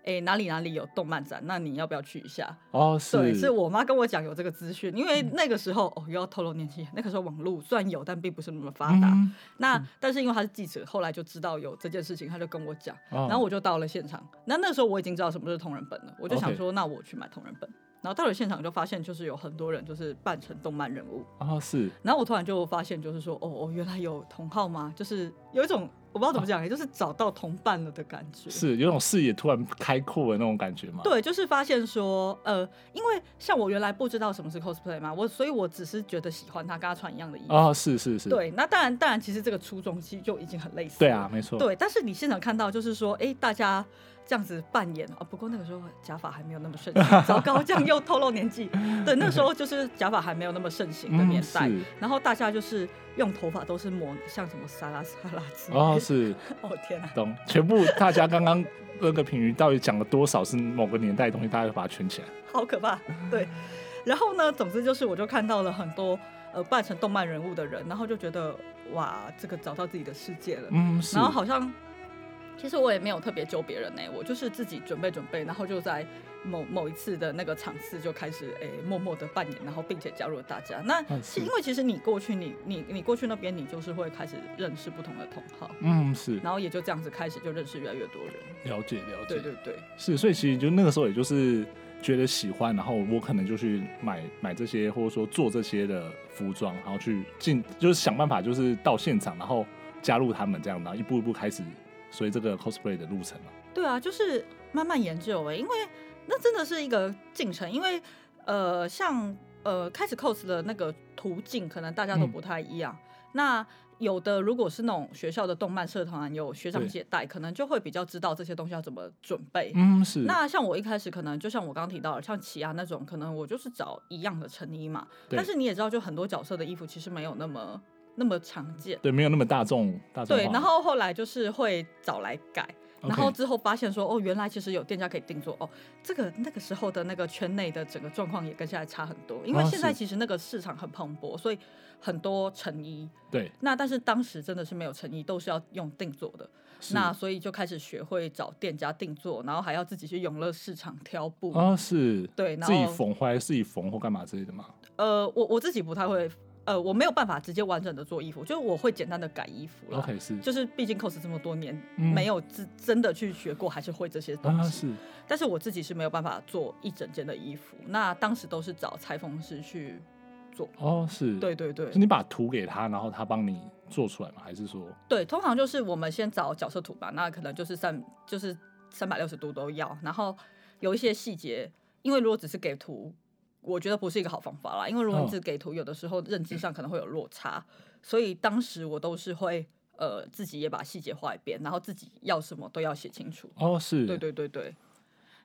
Speaker 2: 哎，哪里哪里有动漫展？那你要不要去一下？
Speaker 1: 哦是，嗯
Speaker 2: 对，是我妈跟我讲有这个资讯，因为那个时候哦，又要透露年纪，那个时候网络虽然有，但并不是那么发达。
Speaker 1: 嗯
Speaker 2: 那但是因为她是记者，后来就知道有这件事情，她就跟我讲，
Speaker 1: 哦
Speaker 2: 然后我就到了现场。那那时候我已经知道什么是同人本了，我就想
Speaker 1: OK
Speaker 2: 说，那我去买同人本。然后到了现场就发现，就是有很多人就是扮成动漫人物。
Speaker 1: 哦是，
Speaker 2: 然后我突然就发现，就是说，哦哦，原来有同号吗？就是有一种我不知道怎么讲，也就是找到同伴了的感觉。
Speaker 1: 是有种视野突然开阔的那种感觉嘛？
Speaker 2: 对，就是发现说，呃，因为像我原来不知道什么是 cosplay 嘛，我所以我只是觉得喜欢他，跟他穿一样的衣服。
Speaker 1: 哦是是是，
Speaker 2: 对，那当然，当然，其实这个初衷其实就已经很类似。
Speaker 1: 对啊，，没错，
Speaker 2: 对。但是你现场看到，就是说，哎，大家这样子扮演啊、不过那个时候假发还没有那么盛行，糟糕，这样又透露年纪。对，那时候就是假发还没有那么盛行的
Speaker 1: 嗯
Speaker 2: 年代，
Speaker 1: 是
Speaker 2: 然后大家就是用头发都是抹像什么沙拉沙拉之类的。 <laughs>
Speaker 1: 哦是，
Speaker 2: 哦天啊！
Speaker 1: 懂， <laughs> 全部大家刚刚那个评语到底讲了多少是某个年代的东西，大家就把它圈起来。
Speaker 2: 好可怕。对，然后呢，总之就是我就看到了很多呃扮成动漫人物的人，然后就觉得哇，这个找到自己的世界了。
Speaker 1: 嗯，是
Speaker 2: 然后好像其实我也没有特别揪别人呢、我就是自己准备准备，然后就在某某一次的那个场次就开始诶、默默的扮演，然后并且加入了大家。那
Speaker 1: 嗯
Speaker 2: 其
Speaker 1: 是
Speaker 2: 因为其实你过去你你你过去那边你就是会开始认识不同的同好，
Speaker 1: 嗯是
Speaker 2: 然后也就这样子开始就认识越来越多人。
Speaker 1: 了解了解，
Speaker 2: 对对对。
Speaker 1: 是，所以其实就那个时候也就是觉得喜欢，然后我可能就去买买这些，或者说做这些的服装，然后去进，就是想办法就是到现场，然后加入他们这样，然后一步一步开始，所以这个 cosplay 的路程嘛。
Speaker 2: 对啊，就是慢慢研究哎、因为那真的是一个进程，因为呃，像呃开始 cos 的那个途径，可能大家都
Speaker 1: 嗯
Speaker 2: 不太一样。那有的如果是那种学校的动漫社团，有学长
Speaker 1: 对
Speaker 2: 姐带，可能就会比较知道这些东西要怎么准备。
Speaker 1: 嗯，是
Speaker 2: 那像我一开始可能就像我刚刚提到的，像奇啊亚那种，可能我就是找一样的成衣嘛。
Speaker 1: 对
Speaker 2: 但是你也知道，就很多角色的衣服其实没有那么那么常见。
Speaker 1: 对，没有那么大众大众化
Speaker 2: 对，然后后来就是会找来改。然后
Speaker 1: OK，
Speaker 2: 之后发现说，哦，原来其实有店家可以定做，哦，这个那个时候的那个圈内的整个状况也跟现在差很多，因为
Speaker 1: 哦
Speaker 2: 现在
Speaker 1: 是
Speaker 2: 其实那个市场很蓬勃，所以很多成衣，
Speaker 1: 对，
Speaker 2: 那但是当时真的是没有成衣，都是要用定做的，
Speaker 1: 是
Speaker 2: 那所以就开始学会找店家定做，然后还要自己去永乐市场挑布，
Speaker 1: 哦是，
Speaker 2: 对然
Speaker 1: 自己
Speaker 2: 后
Speaker 1: 缝回来自己缝或干嘛之类的嘛。
Speaker 2: 呃，我我自己不太会，呃，我没有办法直接完整的做衣服，就是我会简单的改衣服啦。
Speaker 1: OK 是
Speaker 2: 就是毕竟 cos 这么多年，
Speaker 1: 嗯
Speaker 2: 没有真真的去学过，还是会这些东
Speaker 1: 啊
Speaker 2: 西。
Speaker 1: 是
Speaker 2: 但是我自己是没有办法做一整件的衣服，那当时都是找裁缝师去做。
Speaker 1: 哦是，
Speaker 2: 对对对
Speaker 1: 是你把图给他，然后他帮你做出来吗？还是说
Speaker 2: 对，通常就是我们先找角色图吧，那可能就是三就是三百六十度都要，然后有一些细节，因为如果只是给图，我觉得不是一个好方法啦，因为如果你
Speaker 1: 哦
Speaker 2: 只给图，有的时候认知上可能会有落差，所以当时我都是会呃自己也把细节画一遍，然后自己要什么都要写清楚。
Speaker 1: 哦是
Speaker 2: 对对对对，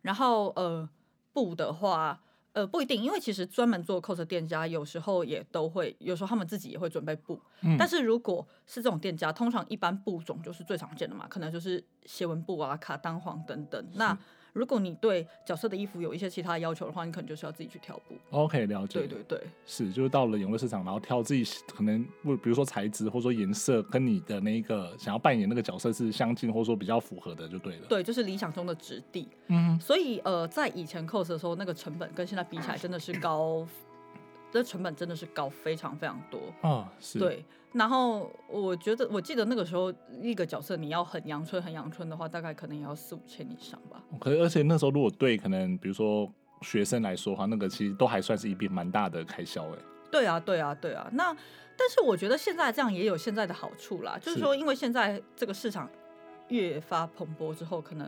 Speaker 2: 然后呃，布的话，呃，不一定，因为其实专门做 cos 的店家有时候也都会，有时候他们自己也会准备布。
Speaker 1: 嗯
Speaker 2: 但是如果是这种店家，通常一般布种就是最常见的嘛，可能就是斜纹布啊、卡丹黄等等。那如果你对角色的衣服有一些其他要求的话，你可能就是要自己去挑布。
Speaker 1: OK，了解。
Speaker 2: 对对对，
Speaker 1: 是，就是到了永乐市场，然后挑自己喜可能不，比如说材质或者说颜色，跟你的那个想要扮演那个角色是相近，或者说比较符合的就对了。，
Speaker 2: 对，就是理想中的质地。
Speaker 1: 嗯，
Speaker 2: 所以呃，在以前 cos 的时候，那个成本跟现在比起来真的是高，那成本真的是高非常非常多。
Speaker 1: 哦，是，，
Speaker 2: 对，然后我觉得我记得那个时候一个角色你要很阳春很阳春的话，大概可能也要四五千以上吧。
Speaker 1: 可而且那时候如果对可能比如说学生来说的话，那个其实都还算是一笔蛮大的开销哎。
Speaker 2: 对啊，对啊，对啊。那但是我觉得现在这样也有现在的好处啦，就是
Speaker 1: 是
Speaker 2: 说，因为现在这个市场越发蓬勃之后，可能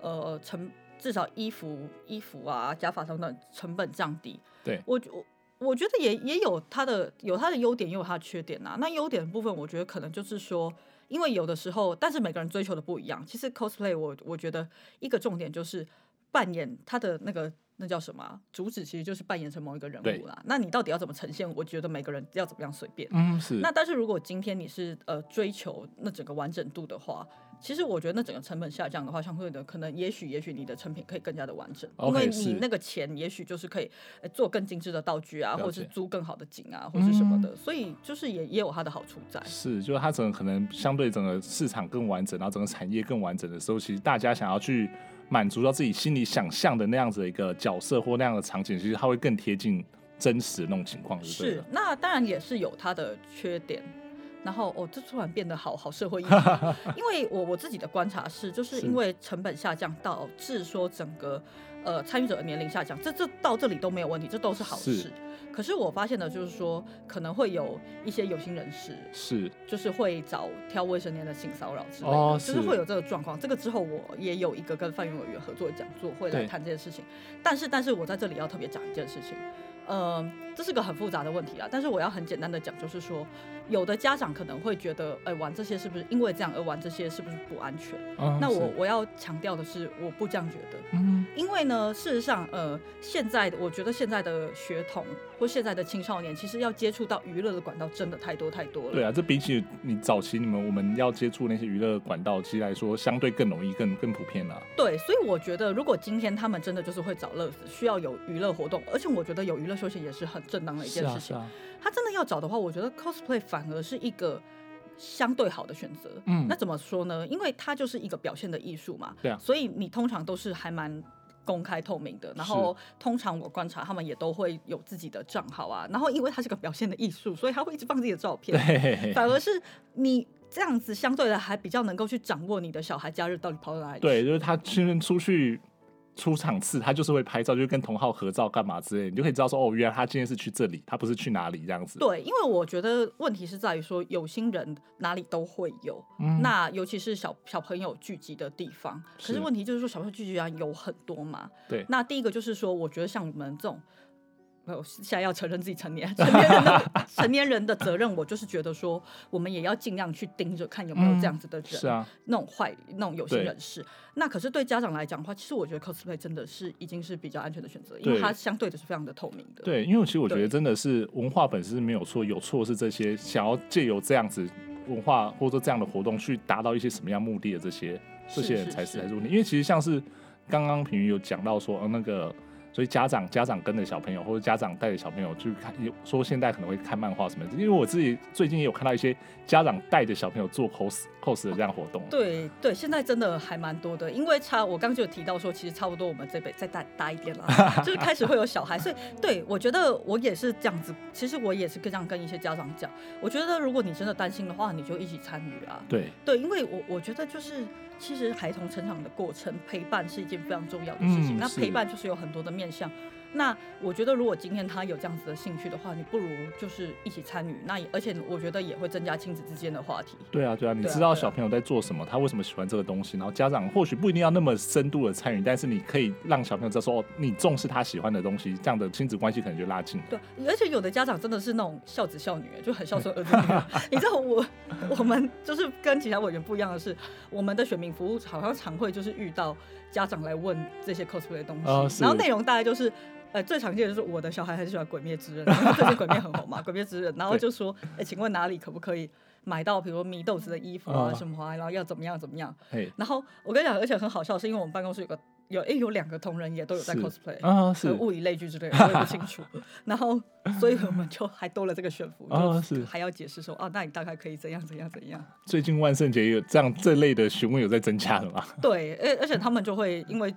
Speaker 2: 呃成至少衣服、衣服啊、假发等等成本降低。
Speaker 1: 对
Speaker 2: 我我。我觉得也也有它的有它的优点，也有它的缺点呐、那优点的部分，我觉得可能就是说，因为有的时候，但是每个人追求的不一样。其实 cosplay 我我觉得一个重点就是扮演他的那个那叫什么啊、主旨，其实就是扮演成某一个人
Speaker 1: 对
Speaker 2: 物啊啦。那你到底要怎么呈现？我觉得每个人要怎么样随便。
Speaker 1: 嗯，是
Speaker 2: 那但是如果今天你是呃追求那整个完整度的话，其实我觉得那整个成本下降的话，相对的可能也许也许你的成品可以更加的完整
Speaker 1: OK，
Speaker 2: 因为
Speaker 1: 是
Speaker 2: 你那个钱也许就是可以、呃做更精致的道具啊，
Speaker 1: 了解嗯
Speaker 2: 或者是租更好的景啊，或者是什么的，所以就是也也有它的好处在。
Speaker 1: 是，就是它整个可能相对整个市场更完整，然后整个产业更完整的时候，其实大家想要去满足到自己心里想象的那样子的一个角色或那样的场景，其实它会更贴近真实的那种情况，就对
Speaker 2: 是
Speaker 1: 了。，
Speaker 2: 那当然也是有它的缺点。然后哦，这突然变得好好社会意
Speaker 1: <laughs>
Speaker 2: 义哦，因为我我自己的观察是，就是
Speaker 1: 是
Speaker 2: 因为成本下降导致说整个呃参与者的年龄下降，这这到这里都没有问题，这都是好
Speaker 1: 是
Speaker 2: 事。可是我发现的就是说，可能会有一些有心人士，
Speaker 1: 是
Speaker 2: 就是会找挑未成年的性骚扰之类的，
Speaker 1: 哦
Speaker 2: 就是
Speaker 1: 是
Speaker 2: 会有这个状况。这个之后我也有一个跟范云委员合作的讲座，会来
Speaker 1: 对
Speaker 2: 谈这件事情。但是，但是我在这里要特别讲一件事情，呃，这是个很复杂的问题啦。但是我要很简单的讲，就是说，有的家长可能会觉得，哎、玩这些是不是因为这样而玩这些是不是不安全？
Speaker 1: 嗯
Speaker 2: 那我
Speaker 1: 是
Speaker 2: 我要强调的是，我不这样觉得。
Speaker 1: 嗯
Speaker 2: 因为呢，事实上，呃，现在的我觉得现在的学童或现在的青少年，其实要接触到娱乐的管道真的太多太多了。
Speaker 1: 对啊，这比起你早期你们我们要接触那些娱乐管道，其实来说相对更容易、更更普遍啦、啊
Speaker 2: 对，所以我觉得，如果今天他们真的就是会找乐子，需要有娱乐活动，而且我觉得有娱乐休闲也是很正当的一件事情。
Speaker 1: 啊，
Speaker 2: 他真的要找的话，我觉得 cosplay 反而是一个相对好的选择。
Speaker 1: 嗯
Speaker 2: 那怎么说呢？因为它就是一个表现的艺术嘛，
Speaker 1: 对啊
Speaker 2: 所以你通常都是还蛮。公开透明的，然后通常我观察他们也都会有自己的账号啊，然后因为它是个表现的艺术，所以他会一直放自己的照片，
Speaker 1: 对
Speaker 2: 反而是你这样子相对的还比较能够去掌握你的小孩假日到底跑到哪里去。
Speaker 1: 对，就是他去出去出场次，他就是会拍照，就是跟同号合照干嘛之类的，你就可以知道说哦，原来他今天是去这里，他不是去哪里这样子。
Speaker 2: 对，因为我觉得问题是在于说，有心人哪里都会有，
Speaker 1: 嗯
Speaker 2: 那尤其是小小朋友聚集的地方。可
Speaker 1: 是
Speaker 2: 是问题就是说，小朋友聚集地方有很多嘛。
Speaker 1: 对
Speaker 2: 那第一个就是说，我觉得像我们这种。没有，现在要承认自己成年，成年人 <laughs> 的成年人的责任，我就是觉得说，我们也要尽量去盯着看有没有这样子的人，
Speaker 1: 是啊，
Speaker 2: 那种坏、那种有心
Speaker 1: 对
Speaker 2: 人士。那可是对家长来讲的话，其实我觉得 cosplay 真的是已经是比较安全的选择，因为
Speaker 1: 对
Speaker 2: 它相对的是非常的透明的。
Speaker 1: 对，因为其实我觉得
Speaker 2: 对
Speaker 1: 真的是文化本身是没有错，有错是这些想要借由这样子文化或者说这样的活动去达到一些什么样目的的这些这
Speaker 2: 是
Speaker 1: 些人
Speaker 2: 是
Speaker 1: 才是
Speaker 2: 是
Speaker 1: 才是问题。因为其实像是刚刚平云有讲到说，呃，那个。所以家长家长跟着小朋友，或者家长带着小朋友去看，有说现在可能会看漫画什么的。因为我自己最近也有看到一些家长带着小朋友做 cos cos 的这样活动。
Speaker 2: 对对，现在真的还蛮多的，因为差我刚刚就有提到说，其实差不多我们这辈再大大一
Speaker 1: <laughs>
Speaker 2: 点啦，就是开始会有小孩，所以对我觉得我也是这样子，其实我也是这样跟一些家长讲，我觉得如果你真的担心的话，你就一起参与啊，
Speaker 1: 对
Speaker 2: 对，因为我我觉得就是，其实孩童成长的过程，陪伴是一件非常重要的事
Speaker 1: 嗯
Speaker 2: 情。那
Speaker 1: 是
Speaker 2: 陪伴就是有很多的面向，那我觉得，如果今天他有这样子的兴趣的话，你不如就是一起参与。那也而且我觉得也会增加亲子之间的话题。
Speaker 1: 对啊，对啊，你
Speaker 2: 对啊
Speaker 1: 知道
Speaker 2: 对啊
Speaker 1: 小朋友在做什么，他为什么喜欢这个东西，然后家长或许不一定要那么深度的参与，但是你可以让小朋友知道说，哦，你重视他喜欢的东西，这样的亲子关系可能就拉近了。
Speaker 2: 对，而且有的家长真的是那种孝子孝女，就很孝顺儿子女
Speaker 1: <laughs>
Speaker 2: 儿。你知道我我们就是跟其他委员不一样的是，我们的选民服务好像常会就是遇到家长来问这些 cosplay 的东西，
Speaker 1: 哦是
Speaker 2: 然后内容大概就是。呃，最常见的就是我的小孩很喜欢《鬼灭之刃》，因为最近《鬼灭》很红嘛，《鬼灭之刃》，然后就说，哎、请问哪里可不可以买到，比如米豆子的衣服啊
Speaker 1: 哦
Speaker 2: 什么啊，然后要怎么样怎么样？
Speaker 1: 嘿，
Speaker 2: 然后我跟你讲，而且很好笑，是因为我们办公室有个有哎、有两个同仁也都有在
Speaker 1: 是
Speaker 2: cosplay，
Speaker 1: 啊，
Speaker 2: 可
Speaker 1: 是
Speaker 2: 能物以类聚之类的，我也不清
Speaker 1: <laughs>
Speaker 2: 楚。然后，所以我们就还多了这个悬浮，
Speaker 1: 啊
Speaker 2: 就是还要解释说，啊，那你大概可以怎样怎样怎样。
Speaker 1: 最近万圣节有这样这类的询问有在增加了吗？ <laughs>
Speaker 2: 对，而而且他们就会因为。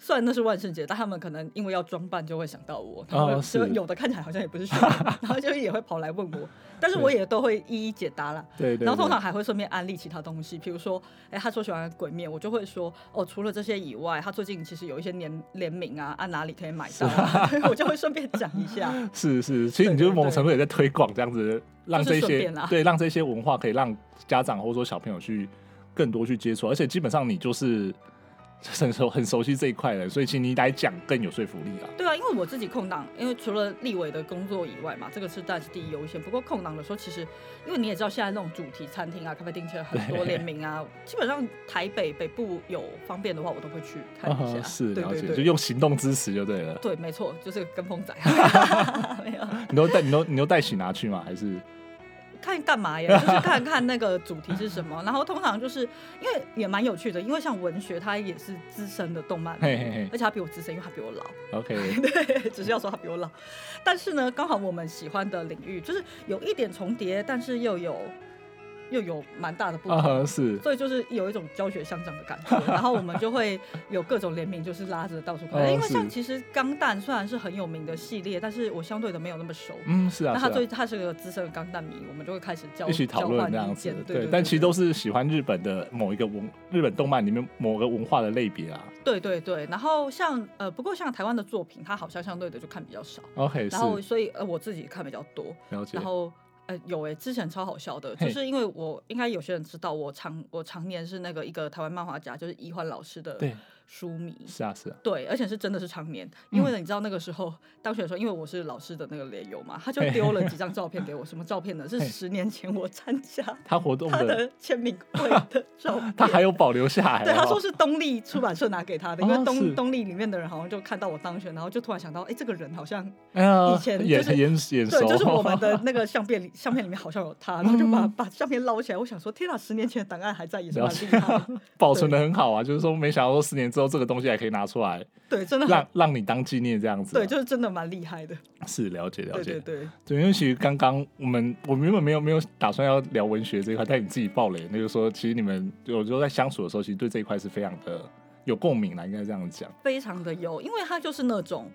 Speaker 2: 虽然那是万圣节，但他们可能因为要装扮，就会想到我，他们
Speaker 1: 哦是
Speaker 2: 就有的看起来好像也不是学生， <laughs> 然后就也会跑来问我，但是我也都会一一解答啦。
Speaker 1: 对对
Speaker 2: 然后通
Speaker 1: 对
Speaker 2: 常还会顺便安利其他东西，比如说，哎，他说喜欢鬼面，我就会说，哦，除了这些以外，他最近其实有一些联联名啊，按哪里可以买到、啊，所以 <laughs> 我就会顺便讲一下。
Speaker 1: 是是，其实
Speaker 2: 对
Speaker 1: 你就是
Speaker 2: 对
Speaker 1: 某种
Speaker 2: 对
Speaker 1: 程度也在推广这样子，让这
Speaker 2: 顺
Speaker 1: 些
Speaker 2: 便啦
Speaker 1: 对让这些文化可以让家长或者说小朋友去更多去接触，而且基本上你就是 <laughs> 很熟很熟悉这一块的，所以其实你来讲更有说服力啊。
Speaker 2: 对啊，因为我自己空档，因为除了立委的工作以外嘛，这个是暂时第一优先。不过空档的时候，其实因为你也知道，现在那种主题餐厅啊、咖啡厅其实很多
Speaker 1: 对
Speaker 2: 联名啊，基本上台北北部有方便的话，我都会去看一下。
Speaker 1: 啊，是
Speaker 2: 对
Speaker 1: 了
Speaker 2: 对
Speaker 1: 解，
Speaker 2: 对哦
Speaker 1: 就用行动支持就对
Speaker 2: <laughs>
Speaker 1: 了。
Speaker 2: 对，没错，就是个跟
Speaker 1: <laughs>
Speaker 2: 风仔。没有
Speaker 1: 你都带你都你都带喜拿去吗？还是
Speaker 2: 看干嘛呀？就是 <laughs> 看看那个主题是什么。然后通常就是因为也蛮有趣的，因为像文学，他也是资深的动漫迷，
Speaker 1: 嘿嘿嘿
Speaker 2: 而且他比我资深，因为他比我老。
Speaker 1: OK？
Speaker 2: <laughs> 对，只是要说他比我老。但是呢，刚好我们喜欢的领域就是有一点重叠，但是又有又有蛮大的不同。
Speaker 1: 啊，是
Speaker 2: 所以就是有一种教学相长的感觉，然后我们就会有各种联名，就是拉着到处跑。
Speaker 1: 哦
Speaker 2: 因为像
Speaker 1: 是
Speaker 2: 其实钢弹虽然是很有名的系列，但是我相对的没有那么熟。
Speaker 1: 嗯，是啊，
Speaker 2: 那
Speaker 1: 是
Speaker 2: 他
Speaker 1: 啊
Speaker 2: 最他是个资深的钢弹迷，我们就会开始交
Speaker 1: 一起讨论这
Speaker 2: 交换
Speaker 1: 样
Speaker 2: 意
Speaker 1: 子
Speaker 2: 见，，对
Speaker 1: 对，但其实都是喜欢日本的某一个文日本动漫里面某个文化的类别啊。
Speaker 2: 对对对。然后像呃，不过像台湾的作品，它好像相对的就看比较少，
Speaker 1: OK，是
Speaker 2: 然后所以呃我自己看比较多。
Speaker 1: 了解
Speaker 2: 然，后呃有哎、之前超好笑的，
Speaker 1: 嘿
Speaker 2: 就是因为我应该有些人知道，我常我常年是那个一个台湾漫画家，就是一焕老师的
Speaker 1: 对，
Speaker 2: 书迷。
Speaker 1: 是啊，是啊，
Speaker 2: 对，而且是真的是常年，因
Speaker 1: 嗯
Speaker 2: 为呢，你知道那个时候当选的时候，因为我是老师的那个连友嘛，他就
Speaker 1: 嘿 <laughs>
Speaker 2: 丢了几张照片给我，什么照片呢？是
Speaker 1: 嘿
Speaker 2: 十年前我参
Speaker 1: <laughs>
Speaker 2: 加
Speaker 1: 他活动
Speaker 2: 他
Speaker 1: 的 <laughs>
Speaker 2: 的签名会的照片。
Speaker 1: 他还有保留下来、哦。
Speaker 2: 对，他说是东立出版社拿给他的，因
Speaker 1: 哦
Speaker 2: 为
Speaker 1: 是
Speaker 2: 东东立里面的人好像就看到我当选，然后就突然想到，哎，这个人好像
Speaker 1: 呃
Speaker 2: 以前
Speaker 1: 眼
Speaker 2: 就是
Speaker 1: 眼眼熟，
Speaker 2: 对，就
Speaker 1: <laughs>
Speaker 2: 是我们的那个相片里，相片里面好像有他，然后就把、
Speaker 1: 嗯
Speaker 2: 把相片捞起来，我想说，天哪，十年前的档案还在，也是
Speaker 1: 了
Speaker 2: 蛮
Speaker 1: 解
Speaker 2: 厉害的。 <laughs>
Speaker 1: 保存的很好啊。就是说，没想到说十年之后这个东西还可以拿出
Speaker 2: <laughs>
Speaker 1: 来，
Speaker 2: 对，真的很
Speaker 1: 让让你当纪念这样子啊、
Speaker 2: 对，就是真的蛮厉害的。
Speaker 1: 是了解了
Speaker 2: 对
Speaker 1: 解。
Speaker 2: 对对，
Speaker 1: 对，因为其实刚刚我们我们原本没有没有打算要聊文学这一块，但你自己爆雷，那就说其实你们有时候在相处的时候，其实对这一块是非常的有共鸣啦，应该这样讲。
Speaker 2: 非常的有，因为他就是那种。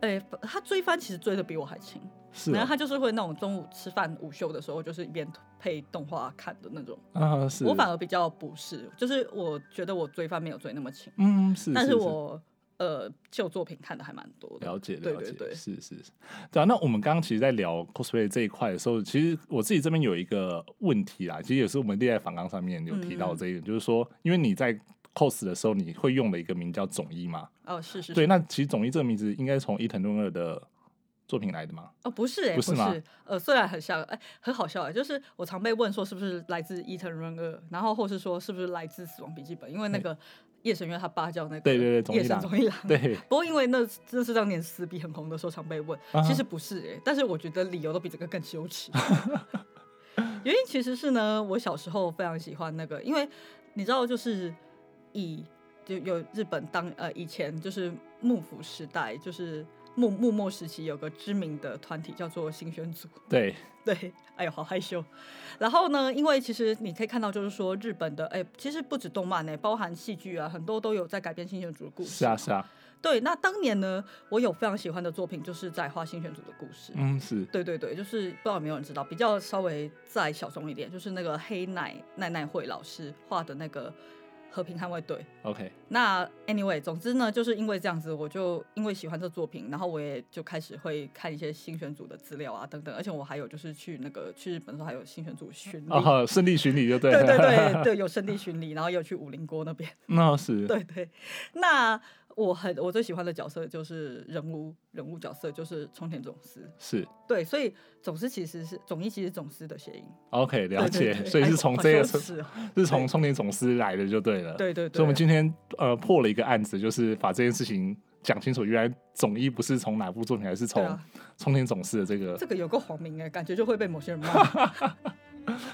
Speaker 2: 哎、他追番其实追的比我还勤，
Speaker 1: 是
Speaker 2: 然
Speaker 1: 哦
Speaker 2: 后他就是会那种中午吃饭午休的时候，就是一边配动画看的那种。
Speaker 1: 啊，是
Speaker 2: 我反而比较不是，就是我觉得我追番没有追那么勤，
Speaker 1: 嗯是，
Speaker 2: 但
Speaker 1: 是
Speaker 2: 是我呃旧作品看的还蛮多的。
Speaker 1: 了解，
Speaker 2: 对
Speaker 1: 了解，
Speaker 2: 对对
Speaker 1: 是是是，对啊。那我们刚刚其实，在聊 cosplay 这一块的时候，其实我自己这边有一个问题啦，其实也是我们恋爱访纲上面有提
Speaker 2: 嗯
Speaker 1: 到这一点，就是说，因为你在 cos 的时候，你会用的一个名叫总一嘛？
Speaker 2: 哦，是是是。
Speaker 1: 对，那其实总一这个名字应该是从伊藤润二的作品来的嘛？
Speaker 2: 哦，不是、欸，
Speaker 1: 不
Speaker 2: 不
Speaker 1: 是吗
Speaker 2: 呃，虽然很像，哎、很好笑哎、就是我常被问说是不是来自伊藤润二，然后或是说是不是来自《死亡笔记本》，因为那个夜神月他爸叫那个
Speaker 1: 对对对总一
Speaker 2: 夜神
Speaker 1: 郎
Speaker 2: 总一郎。
Speaker 1: 对，
Speaker 2: 不过因为那这是当年死笔很红的时候常被问，
Speaker 1: 啊哈
Speaker 2: 其实不是哎、但是我觉得理由都比这个更
Speaker 1: <laughs>
Speaker 2: 羞耻。原因其实是呢，我小时候非常喜欢那个，因为你知道，就是以就有日本当呃以前就是幕府时代，就是幕幕末时期有个知名的团体叫做新选组，
Speaker 1: 对，
Speaker 2: 对，哎呦，好害羞。然后呢，因为其实你可以看到，就是说日本的，哎，其实不止动漫呢，包含戏剧啊，很多都有在改编新选组的故事。
Speaker 1: 是啊是啊，
Speaker 2: 对，那当年呢，我有非常喜欢的作品，就是在画新选组的故事。
Speaker 1: 嗯是，
Speaker 2: 对对对，就是不知道有没有人知道，比较稍微再小众一点，就是那个黑奶奈奈惠老师画的那个。和平捍卫队。
Speaker 1: OK，
Speaker 2: 那 anyway，总之呢，就是因为这样子，我就因为喜欢这作品，然后我也就开始会看一些新选组的资料啊等等，而且我还有就是去那个去日本的时候还有新选组巡礼，
Speaker 1: 哦， <laughs> 好胜利巡礼就对了。
Speaker 2: 对对对对，有圣地巡礼，然后也有去武林锅那边，
Speaker 1: <laughs> 那 <laughs> 是
Speaker 2: 对对。那我很我最喜欢的角色就是人物人物角色就是冲田总司，
Speaker 1: 是
Speaker 2: 对，所以总司其实是总一其实是总司的谐音，
Speaker 1: OK，了
Speaker 2: 对对
Speaker 1: 解。
Speaker 2: 对
Speaker 1: 所以
Speaker 2: 哎
Speaker 1: 是
Speaker 2: 好
Speaker 1: 从这个
Speaker 2: 羞
Speaker 1: 是
Speaker 2: 耻哦
Speaker 1: 是从冲田总司来的就对了。
Speaker 2: 对对对，
Speaker 1: 所以我们今天呃破了一个案子，就是把这件事情讲清楚。原来总一不是从哪部作品，而是
Speaker 2: 对
Speaker 1: 从
Speaker 2: 啊，
Speaker 1: 冲田总司的这个。
Speaker 2: 这个有个黄名哎，感觉就会被某些人骂。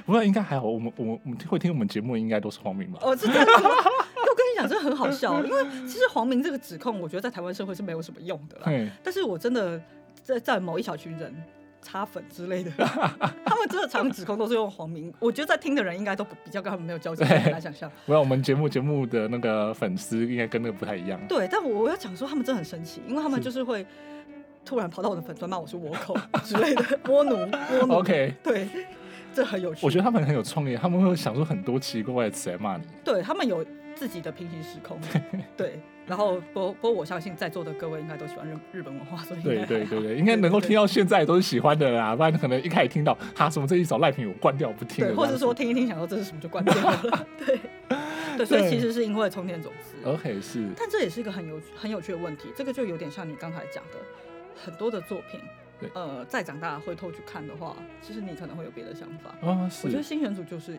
Speaker 1: 不过应该还好，我们我们我们会听我们节目的应该都是黄明吧？
Speaker 2: 哦，是这样子吗？我跟你讲，真的很好笑，因为其实黄明这个指控，我觉得在台湾社会是没有什么用的啦。
Speaker 1: 嘿，
Speaker 2: 但是我真的在在某一小群人擦粉之类的， <laughs> 他们真的常指控都是用黄明，我觉得在听的人应该都不比较跟他们没有交集，很难想象。
Speaker 1: 不然我们节目节目的那个粉丝应该跟那个不太一样。
Speaker 2: 对，但我我要讲说他们真的很神奇，因为他们
Speaker 1: 是
Speaker 2: 就是会突然跑到我的粉专骂我是倭
Speaker 1: <laughs>
Speaker 2: 寇之类的，倭奴，倭奴。
Speaker 1: OK，
Speaker 2: 对，这很有趣。
Speaker 1: 我觉得他们很有创意，他们会想出很多奇怪的词来骂你。
Speaker 2: 对他们有自己的平行时
Speaker 1: <laughs>
Speaker 2: 空，对。然后，不不过我相信在座的各位应该都喜欢日日本文化，所以应该
Speaker 1: 对对对对，应该能够听到现在都是喜欢的啦，不然可能一开始听到哈什么这一首赖品我关掉我不听了这样
Speaker 2: 对，
Speaker 1: 子，
Speaker 2: 或者说听一听想到这是什么就关
Speaker 1: <laughs>
Speaker 2: 掉了，对对，所以其实是因为充电种子，
Speaker 1: OK 是
Speaker 2: 但这也是一个很有很有趣的问题，这个就有点像你刚才讲的很多的作品
Speaker 1: 对，
Speaker 2: 呃，再长大回头去看的话，其实你可能会有别的想法。
Speaker 1: 啊
Speaker 2: 我觉得
Speaker 1: 是，
Speaker 2: 新选组就是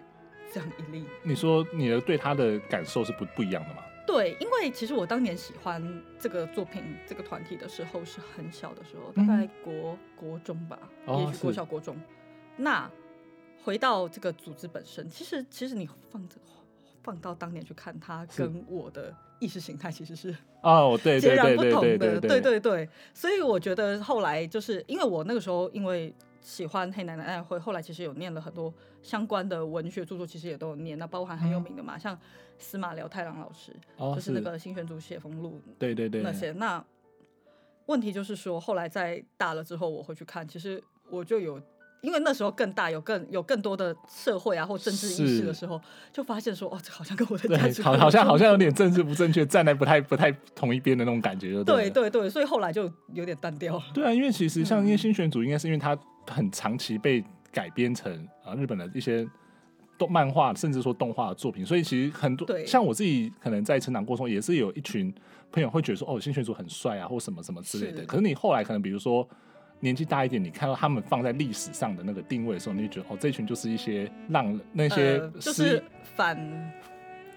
Speaker 2: 这样一例，
Speaker 1: 你说你的对他的感受是不不一样的吗？
Speaker 2: 对，因为其实我当年喜欢这个作品、这个团体的时候是很小的时候，大
Speaker 1: 嗯
Speaker 2: 概国、国中吧，
Speaker 1: 哦
Speaker 2: 也许国
Speaker 1: 是
Speaker 2: 小、国中。那回到这个组织本身，其实其实你放这放到当年去看，它
Speaker 1: 是
Speaker 2: 跟我的意识形态其实是
Speaker 1: 哦，对
Speaker 2: 截
Speaker 1: 对
Speaker 2: 然
Speaker 1: 对
Speaker 2: 不
Speaker 1: 对
Speaker 2: 同
Speaker 1: 对
Speaker 2: 的，
Speaker 1: 对
Speaker 2: 对对。所以我觉得后来就是因为我那个时候因为喜欢黑奶奶爱会，后来其实有念了很多相关的文学著作，其实也都有念，那包含很有
Speaker 1: 嗯
Speaker 2: 名的嘛，像司马辽太郎老师，
Speaker 1: 哦
Speaker 2: 就是那个新选组写风录
Speaker 1: 对对对
Speaker 2: 那些。那问题就是说，后来在大了之后，我回去看，其实我就有，因为那时候更大，有更有更多的社会啊或政治意识
Speaker 1: 是
Speaker 2: 的时候，就发现说，哦，这好像跟我的 <laughs> 价值
Speaker 1: 对，好，
Speaker 2: 观
Speaker 1: 好像好
Speaker 2: 有
Speaker 1: 像有点政治不正确，站在不太不太同一边的那种感觉，就
Speaker 2: 冲突对
Speaker 1: 对了
Speaker 2: 对对，所以后来就有点淡掉了。
Speaker 1: 对啊，因为其
Speaker 2: 嗯
Speaker 1: 实像因为新选组，应该是因为它很长期被改编成啊日本的一些动漫画，甚至说动画的作品，所以其实很多
Speaker 2: 对
Speaker 1: 像我自己可能在成长过程中也是有一群朋友会觉得说哦新选组很帅啊或什么什么之类的，
Speaker 2: 是
Speaker 1: 可是你后来可能比如说。年纪大一点，你看到他们放在历史上的那个定位的时候，你就觉得哦，这群就是一些浪那些
Speaker 2: 呃、就
Speaker 1: 失意
Speaker 2: 是反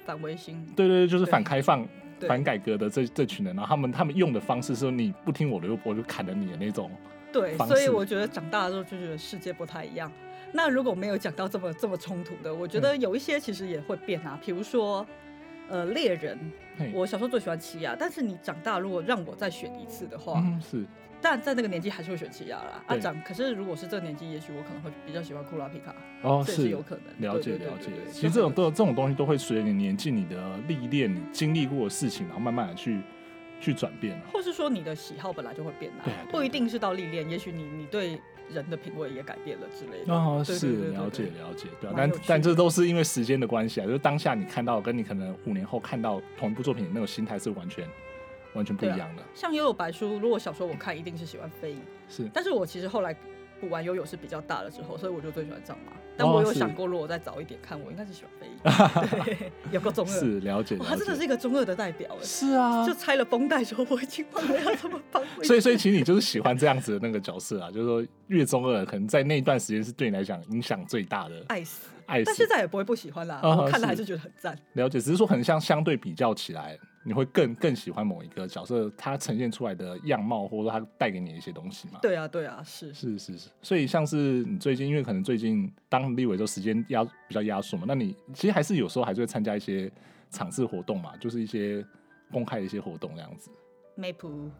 Speaker 2: 反维新，
Speaker 1: 对对对，就是反开放、
Speaker 2: 对
Speaker 1: 反改革的这这群人，然后他们他们用的方式是你不听我的，我就砍了你的那种。
Speaker 2: 对，
Speaker 1: 方
Speaker 2: 所以
Speaker 1: 式
Speaker 2: 我觉得长大了之后就觉得世界不太一样。那如果没有讲到这么这么冲突的，我觉
Speaker 1: 嗯
Speaker 2: 得有一些其实也会变啊，比如说，呃，猎人，
Speaker 1: 嘿
Speaker 2: 我小时候最喜欢奇亚，但是你长大如果让我再选一次的话，
Speaker 1: 嗯是
Speaker 2: 但在那个年纪还是会选奇亚啦。啊
Speaker 1: 对
Speaker 2: 长，可是如果是这个年纪，也许我可能会比较喜欢库拉皮卡，
Speaker 1: 哦
Speaker 2: 这也是有可能。
Speaker 1: 了解
Speaker 2: 对对
Speaker 1: 了
Speaker 2: 对
Speaker 1: 解
Speaker 2: 对对，
Speaker 1: 其实这种都这种东西都会随着你年纪、你的历练、你经历过的事情，然后慢慢的去去转变啊了。
Speaker 2: 或是说你的喜好本来就会变啊
Speaker 1: 对啊对啊
Speaker 2: 不一定是到历练，也许你你对人的品味也改变了之类的。
Speaker 1: 哦，
Speaker 2: 对对对
Speaker 1: 是
Speaker 2: 对
Speaker 1: 了解
Speaker 2: 对
Speaker 1: 了解，对啊，
Speaker 2: 蛮
Speaker 1: 但
Speaker 2: 有趣的
Speaker 1: 但这都是因为时间的关系啊，就是当下你看到跟你可能五年后看到同一部作品的那种心态是完全完全不一
Speaker 2: 对啊
Speaker 1: 样的，
Speaker 2: 像《悠悠白书》，如果小时候我看，一定是喜欢飞影，
Speaker 1: 是
Speaker 2: 但是我其实后来补完悠悠是比较大了之后，所以我就最喜欢藏马。但我有
Speaker 1: 哦是
Speaker 2: 想过，如果再早一点看，我应该是喜欢
Speaker 1: <laughs>
Speaker 2: 飞影。对，有个中二，
Speaker 1: 是了解了
Speaker 2: 哇，他真的是
Speaker 1: 解，
Speaker 2: 一个中二的代表哎。
Speaker 1: 是啊，
Speaker 2: 就拆了绷带之后，我已经忘了要怎么绑回去。
Speaker 1: 所以，所以其实你就是喜欢这样子的那个角色啊，就是说越中二，可能在那一段时间是对你来讲影响最大的
Speaker 2: 爱死，
Speaker 1: 爱
Speaker 2: 啊但
Speaker 1: 死
Speaker 2: 现。在也不会不喜欢啦。
Speaker 1: 啊
Speaker 2: 我看了还
Speaker 1: 是
Speaker 2: 是觉得很赞。
Speaker 1: 了解，只是说很像相对比较起来，你会更更喜欢某一个角色，他呈现出来的样貌，或者说他带给你的一些东西嘛。
Speaker 2: 对啊，对啊，是
Speaker 1: 是是是，所以像是你最近，因为可能最近当立委就时间压比较压缩嘛，那你其实还是有时候还是会参加一些场次活动嘛，就是一些公开的一些活动这样子。 <laughs>
Speaker 2: Map，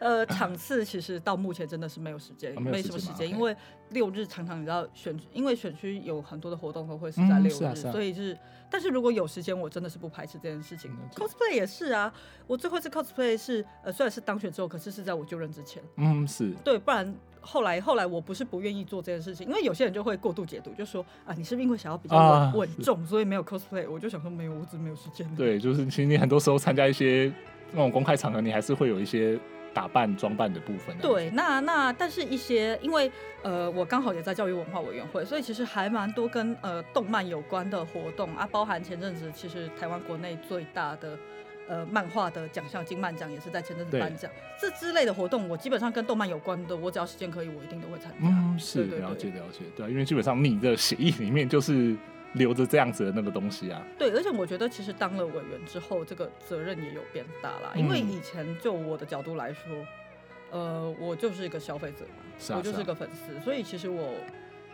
Speaker 2: 呃，场次其实到目前真的是没有时间，
Speaker 1: 啊没有
Speaker 2: 没
Speaker 1: 时
Speaker 2: 什么
Speaker 1: 间
Speaker 2: 时
Speaker 1: 嘛
Speaker 2: 间，
Speaker 1: ，OK
Speaker 2: 因为六日常常你知道选，因为选区有很多的活动都会是
Speaker 1: 嗯
Speaker 2: 在六日，
Speaker 1: 是啊是啊
Speaker 2: 所以是，但是如果有时间，我真的是不排斥这件事情
Speaker 1: 嗯。了
Speaker 2: cosplay 也是啊，我最后一次 cosplay 是，呃，虽然是当选之后，可是是在我就任之前，
Speaker 1: 嗯，是，
Speaker 2: 对，不然。后来，后来我不是不愿意做这件事情，因为有些人就会过度解读，就说啊，你是不是因为想要比较稳、
Speaker 1: 啊
Speaker 2: 稳重，所以没有 cosplay？我就想说没有，我只是没有时间。
Speaker 1: 对，就是其实你很多时候参加一些那种公开场合，你还是会有一些打扮装扮的嗯部分。啊
Speaker 2: 对，，那那但是一些，因为呃，我刚好也在教育文化委员会，所以其实还蛮多跟呃动漫有关的活动啊，包含前阵子其实台湾国内最大的呃漫画的奖项金漫奖也是在前阵子
Speaker 1: 对
Speaker 2: 颁奖，这之类的活动，我基本上跟动漫有关的，我只要时间可以，我一定都会参加。
Speaker 1: 嗯，是
Speaker 2: 对对
Speaker 1: 了
Speaker 2: 对
Speaker 1: 解了解，对啊，因为基本上你的协议里面就是留着这样子的那个东西啊。
Speaker 2: 对，而且我觉得其实当了委员之后，这个责任也有变大啦。因为
Speaker 1: 嗯
Speaker 2: 以前就我的角度来说，呃，我就是一个消费者嘛，
Speaker 1: 是啊
Speaker 2: 我就是是
Speaker 1: 啊
Speaker 2: 个粉丝，所以其实我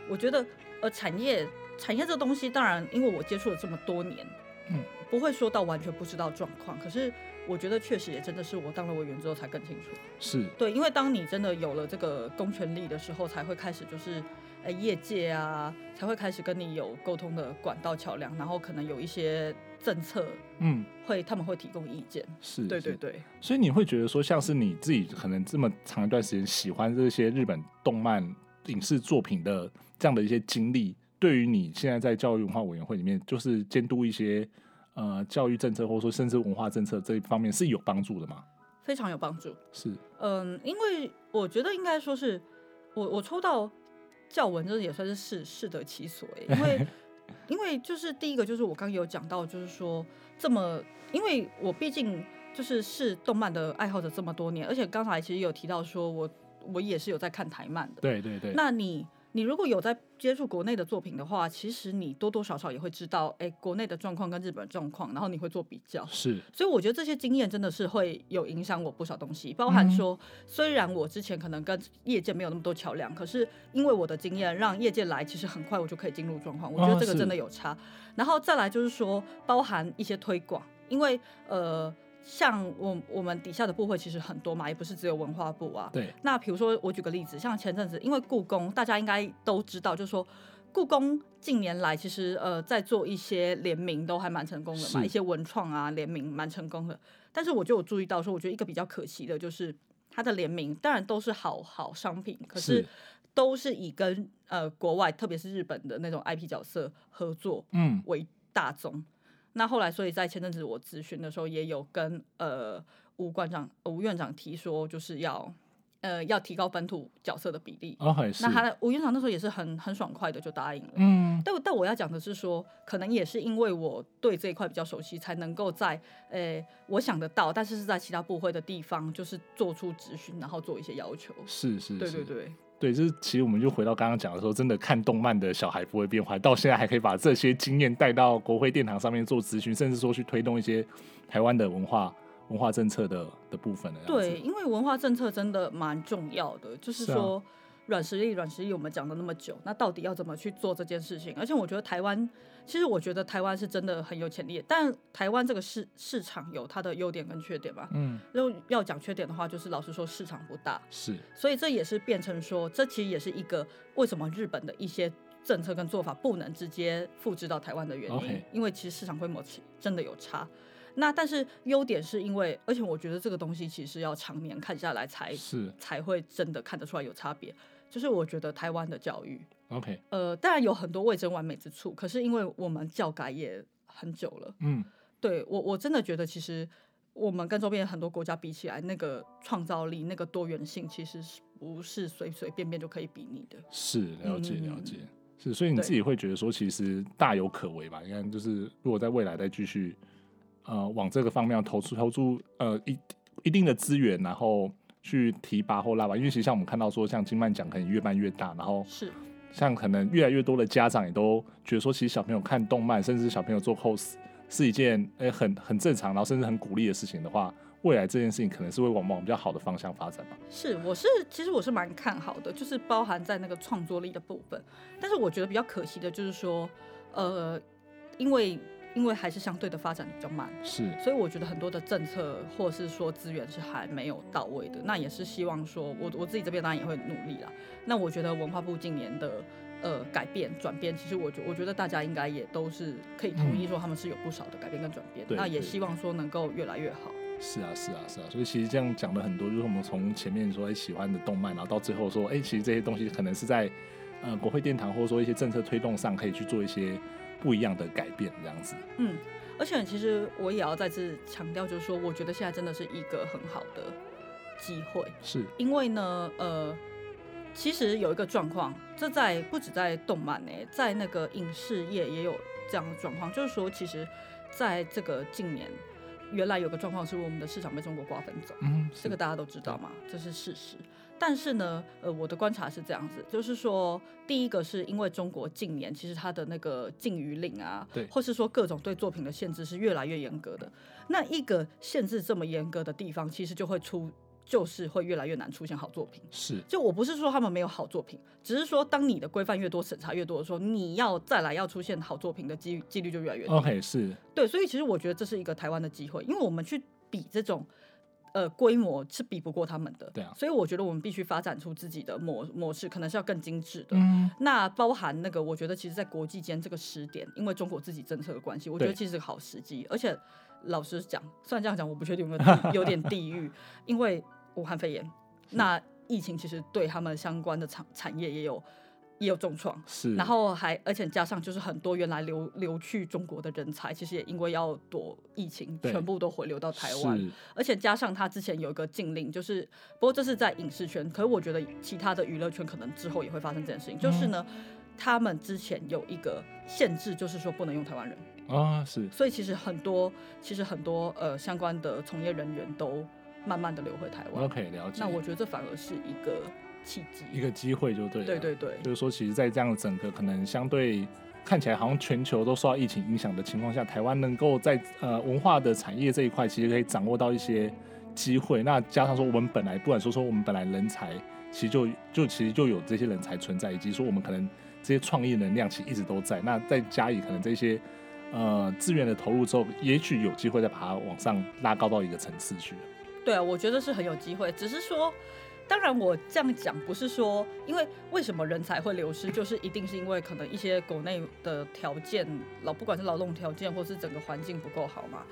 Speaker 2: 我觉得呃，产业产业这东西，当然因为我接触了这么多年，
Speaker 1: 嗯，
Speaker 2: 不会说到完全不知道状况，可是我觉得确实也真的是我当了委员之后才更清楚。
Speaker 1: 是，
Speaker 2: 对，因为当你真的有了这个公权力的时候，才会开始就是，呃，业界啊，才会开始跟你有沟通的管道桥梁，然后可能有一些政策
Speaker 1: 嗯，
Speaker 2: 会他们会提供意见。
Speaker 1: 是，
Speaker 2: 对对
Speaker 1: 是。
Speaker 2: 对，
Speaker 1: 所以你会觉得说，像是你自己可能这么长一段时间喜欢这些日本动漫影视作品的这样的一些经历，对于你现在在教育文化委员会里面，就是监督一些呃教育政策，或者说甚至文化政策这一方面是有帮助的吗？
Speaker 2: 非常有帮助。
Speaker 1: 是，
Speaker 2: 嗯，因为我觉得应该说是我我抽到教文，这也算是适适得其所欸，因为因为就是第一个就是我刚有讲到，就是说这么，因为我毕竟就是是动漫的爱好者这么多年，而且刚才其实有提到说我我也是有在看台漫的，
Speaker 1: 对对对，
Speaker 2: 那你你如果有在接触国内的作品的话，其实你多多少少也会知道，哎，国内的状况跟日本的状况，然后你会做比较，
Speaker 1: 是，
Speaker 2: 所以我觉得这些经验真的是会有影响我不少东西，包含说，虽然我之前可能跟业界没有那么多桥梁，可是因为我的经验，让业界来其实很快我就可以进入状况，我觉得这个
Speaker 1: 是
Speaker 2: 真的有差。然后再来就是说，包含一些推广，因为呃，像我我们底下的部会其实很多嘛，也不是只有文化部啊。
Speaker 1: 对，
Speaker 2: 那比如说，我举个例子，像前阵子，因为故宫大家应该都知道，就是说故宫近年来其实呃在做一些联名都还蛮成功的嘛，
Speaker 1: 是
Speaker 2: 一些文创啊联名蛮成功的。但是我就有注意到说，我觉得一个比较可惜的就是它的联名，当然都是好好商品，可是
Speaker 1: 是
Speaker 2: 都是以跟呃国外，特别是日本的那种 IP 角色合作
Speaker 1: 嗯，
Speaker 2: 为大宗。那后来，所以在前阵子我咨询的时候，也有跟呃吴馆长、呃吴院长提说，就是要呃要提高本土角色的比例。
Speaker 1: 哦，还是
Speaker 2: 那，他的吴院长那时候也是很很爽快的就答应了。
Speaker 1: 嗯，
Speaker 2: 但但我要讲的是说，可能也是因为我对这一块比较熟悉，才能够在呃我想得到，但是是在其他部会的地方，就是做出咨询，然后做一些要求。
Speaker 1: 是是，
Speaker 2: 对
Speaker 1: 是
Speaker 2: 对对，
Speaker 1: 对，就是其实我们就回到刚刚讲的说，真的看动漫的小孩不会变坏，到现在还可以把这些经验带到国会殿堂上面做咨询，甚至说去推动一些台湾的文化文化政策的的部分的。
Speaker 2: 对，，因为文化政策真的蛮重要的，就是
Speaker 1: 是啊
Speaker 2: 说软实力，软实力我们讲了那么久，那到底要怎么去做这件事情？而且我觉得台湾，其实我觉得台湾是真的很有潜力，但台湾这个市市场有它的优点跟缺点吧。
Speaker 1: 嗯，
Speaker 2: 要要讲缺点的话，就是老实说市场不大，
Speaker 1: 是
Speaker 2: 所以这也是变成说，这其实也是一个为什么日本的一些政策跟做法不能直接复制到台湾的原因
Speaker 1: OK
Speaker 2: 因为其实市场规模其真的有差。那但是优点是因为，而且我觉得这个东西其实要常年看下来才
Speaker 1: 是
Speaker 2: 才会真的看得出来有差别。就是我觉得台湾的教育，
Speaker 1: ，OK，
Speaker 2: 呃，当然有很多未真完美之处，可是因为我们教改也很久了，
Speaker 1: 嗯，
Speaker 2: 对我我真的觉得其实我们跟周边很多国家比起来，那个创造力、那个多元性，其实是不是随随便便就可以比拟的。
Speaker 1: 是了解
Speaker 2: 嗯
Speaker 1: 了解，是，所以你
Speaker 2: 对
Speaker 1: 自己会觉得说，其实大有可为吧？你看，就是如果在未来再继续呃往这个方面投出投出呃一一定的资源，然后去提拔或拉拔，因为其实像我们看到说，像金曼奖可能越办越大，然后。
Speaker 2: 是，
Speaker 1: 像可能越来越多的家长也都觉得说，其实小朋友看动漫，甚至小朋友做 cos 是一件诶、很很正常，然后甚至很鼓励的事情的话，未来这件事情可能是会往往比较好的方向发展吧。
Speaker 2: 是，我是其实我是蛮看好的，就是包含在那个创作力的部分。但是我觉得比较可惜的就是说，呃，因为因为还是相对的发展比较慢，
Speaker 1: 是
Speaker 2: 所以我觉得很多的政策或是说资源是还没有到位的。那也是希望说我我自己这边当然也会努力啦。那我觉得文化部近年的呃改变转变，其实我觉我觉得大家应该也都是可以同意说他们是有不少的改变跟转变。
Speaker 1: 嗯对
Speaker 2: 那也
Speaker 1: 对
Speaker 2: 希望说能够越来越好。
Speaker 1: 是啊，是啊，是啊，所以其实这样讲了很多，就是我们从前面说哎喜欢的动漫，然后到最后说哎、其实这些东西可能是在呃国会殿堂或者说一些政策推动上可以去做一些不一样的改变，这样子。
Speaker 2: 嗯，而且其实我也要再次强调，就是说，我觉得现在真的是一个很好的机会，
Speaker 1: 是
Speaker 2: 因为呢，呃，其实有一个状况，这在不止在动漫呢、在那个影视业也有这样的状况，就是说，其实在这个近年，原来有个状况是我们的市场被中国瓜分走。
Speaker 1: 嗯，
Speaker 2: 这个
Speaker 1: 是
Speaker 2: 大家都知道嘛，这是事实。但是呢，呃，我的观察是这样子，就是说，第一个是因为中国近年其实它的那个禁娱令啊，
Speaker 1: 对
Speaker 2: 或是说各种对作品的限制是越来越严格的。那一个限制这么严格的地方，其实就会出，就是会越来越难出现好作品。
Speaker 1: 是
Speaker 2: 就我不是说他们没有好作品，只是说当你的规范越多、审查越多的时候，你要再来要出现好作品的几率几率就越来越低。
Speaker 1: OK 是
Speaker 2: 对，所以其实我觉得这是一个台湾的机会，因为我们去比这种呃规模是比不过他们的。
Speaker 1: 对啊
Speaker 2: 所以我觉得我们必须发展出自己的模模式，可能是要更精致的。
Speaker 1: 嗯
Speaker 2: 那包含那个，我觉得其实，在国际间这个时点，因为中国自己政策的关系，我觉得
Speaker 1: 对
Speaker 2: 其实是个好时机。而且老实讲，虽然这样讲，我不确定有没有地有点地域，因为武汉肺炎，那疫情其实对他们相关的产产业也有也有重创。
Speaker 1: 是，
Speaker 2: 然后还而且加上就是很多原来流流去中国的人才，其实也因为要躲疫情，
Speaker 1: 对
Speaker 2: 全部都回流到台湾。
Speaker 1: 是
Speaker 2: 而且加上他之前有一个禁令，就是不过这是在影视圈，可是我觉得其他的娱乐圈可能之后也会发生这件
Speaker 1: 嗯
Speaker 2: 事情，就是呢。他们之前有一个限制，就是说不能用台湾人，
Speaker 1: 啊是
Speaker 2: 所以其实很多其实很多呃相关的从业人员都慢慢的流回台湾。
Speaker 1: OK 了解。
Speaker 2: 那我觉得这反而是一个契机。
Speaker 1: 一个机啊会就对了。
Speaker 2: 对对对，
Speaker 1: 就是说，其实，在这样整个可能相对看起来好像全球都受到疫情影响的情况下，台湾能够在呃文化的产业这一块，其实可以掌握到一些机会。那加上说，我们本来不管说说我们本来人才，其实就就其实就有这些人才存在，以及说我们可能这些创意能量其实一直都在。那再加以可能这些。呃，资源的投入之后，也许有机会再把它往上拉高到一个层次去。
Speaker 2: 对啊，我觉得是很有机会，只是说。当然，我这样讲不是说，因为为什么人才会流失，就是一定是因为可能一些国内的条件，劳不管是劳动条件或是整个环境不够好嘛。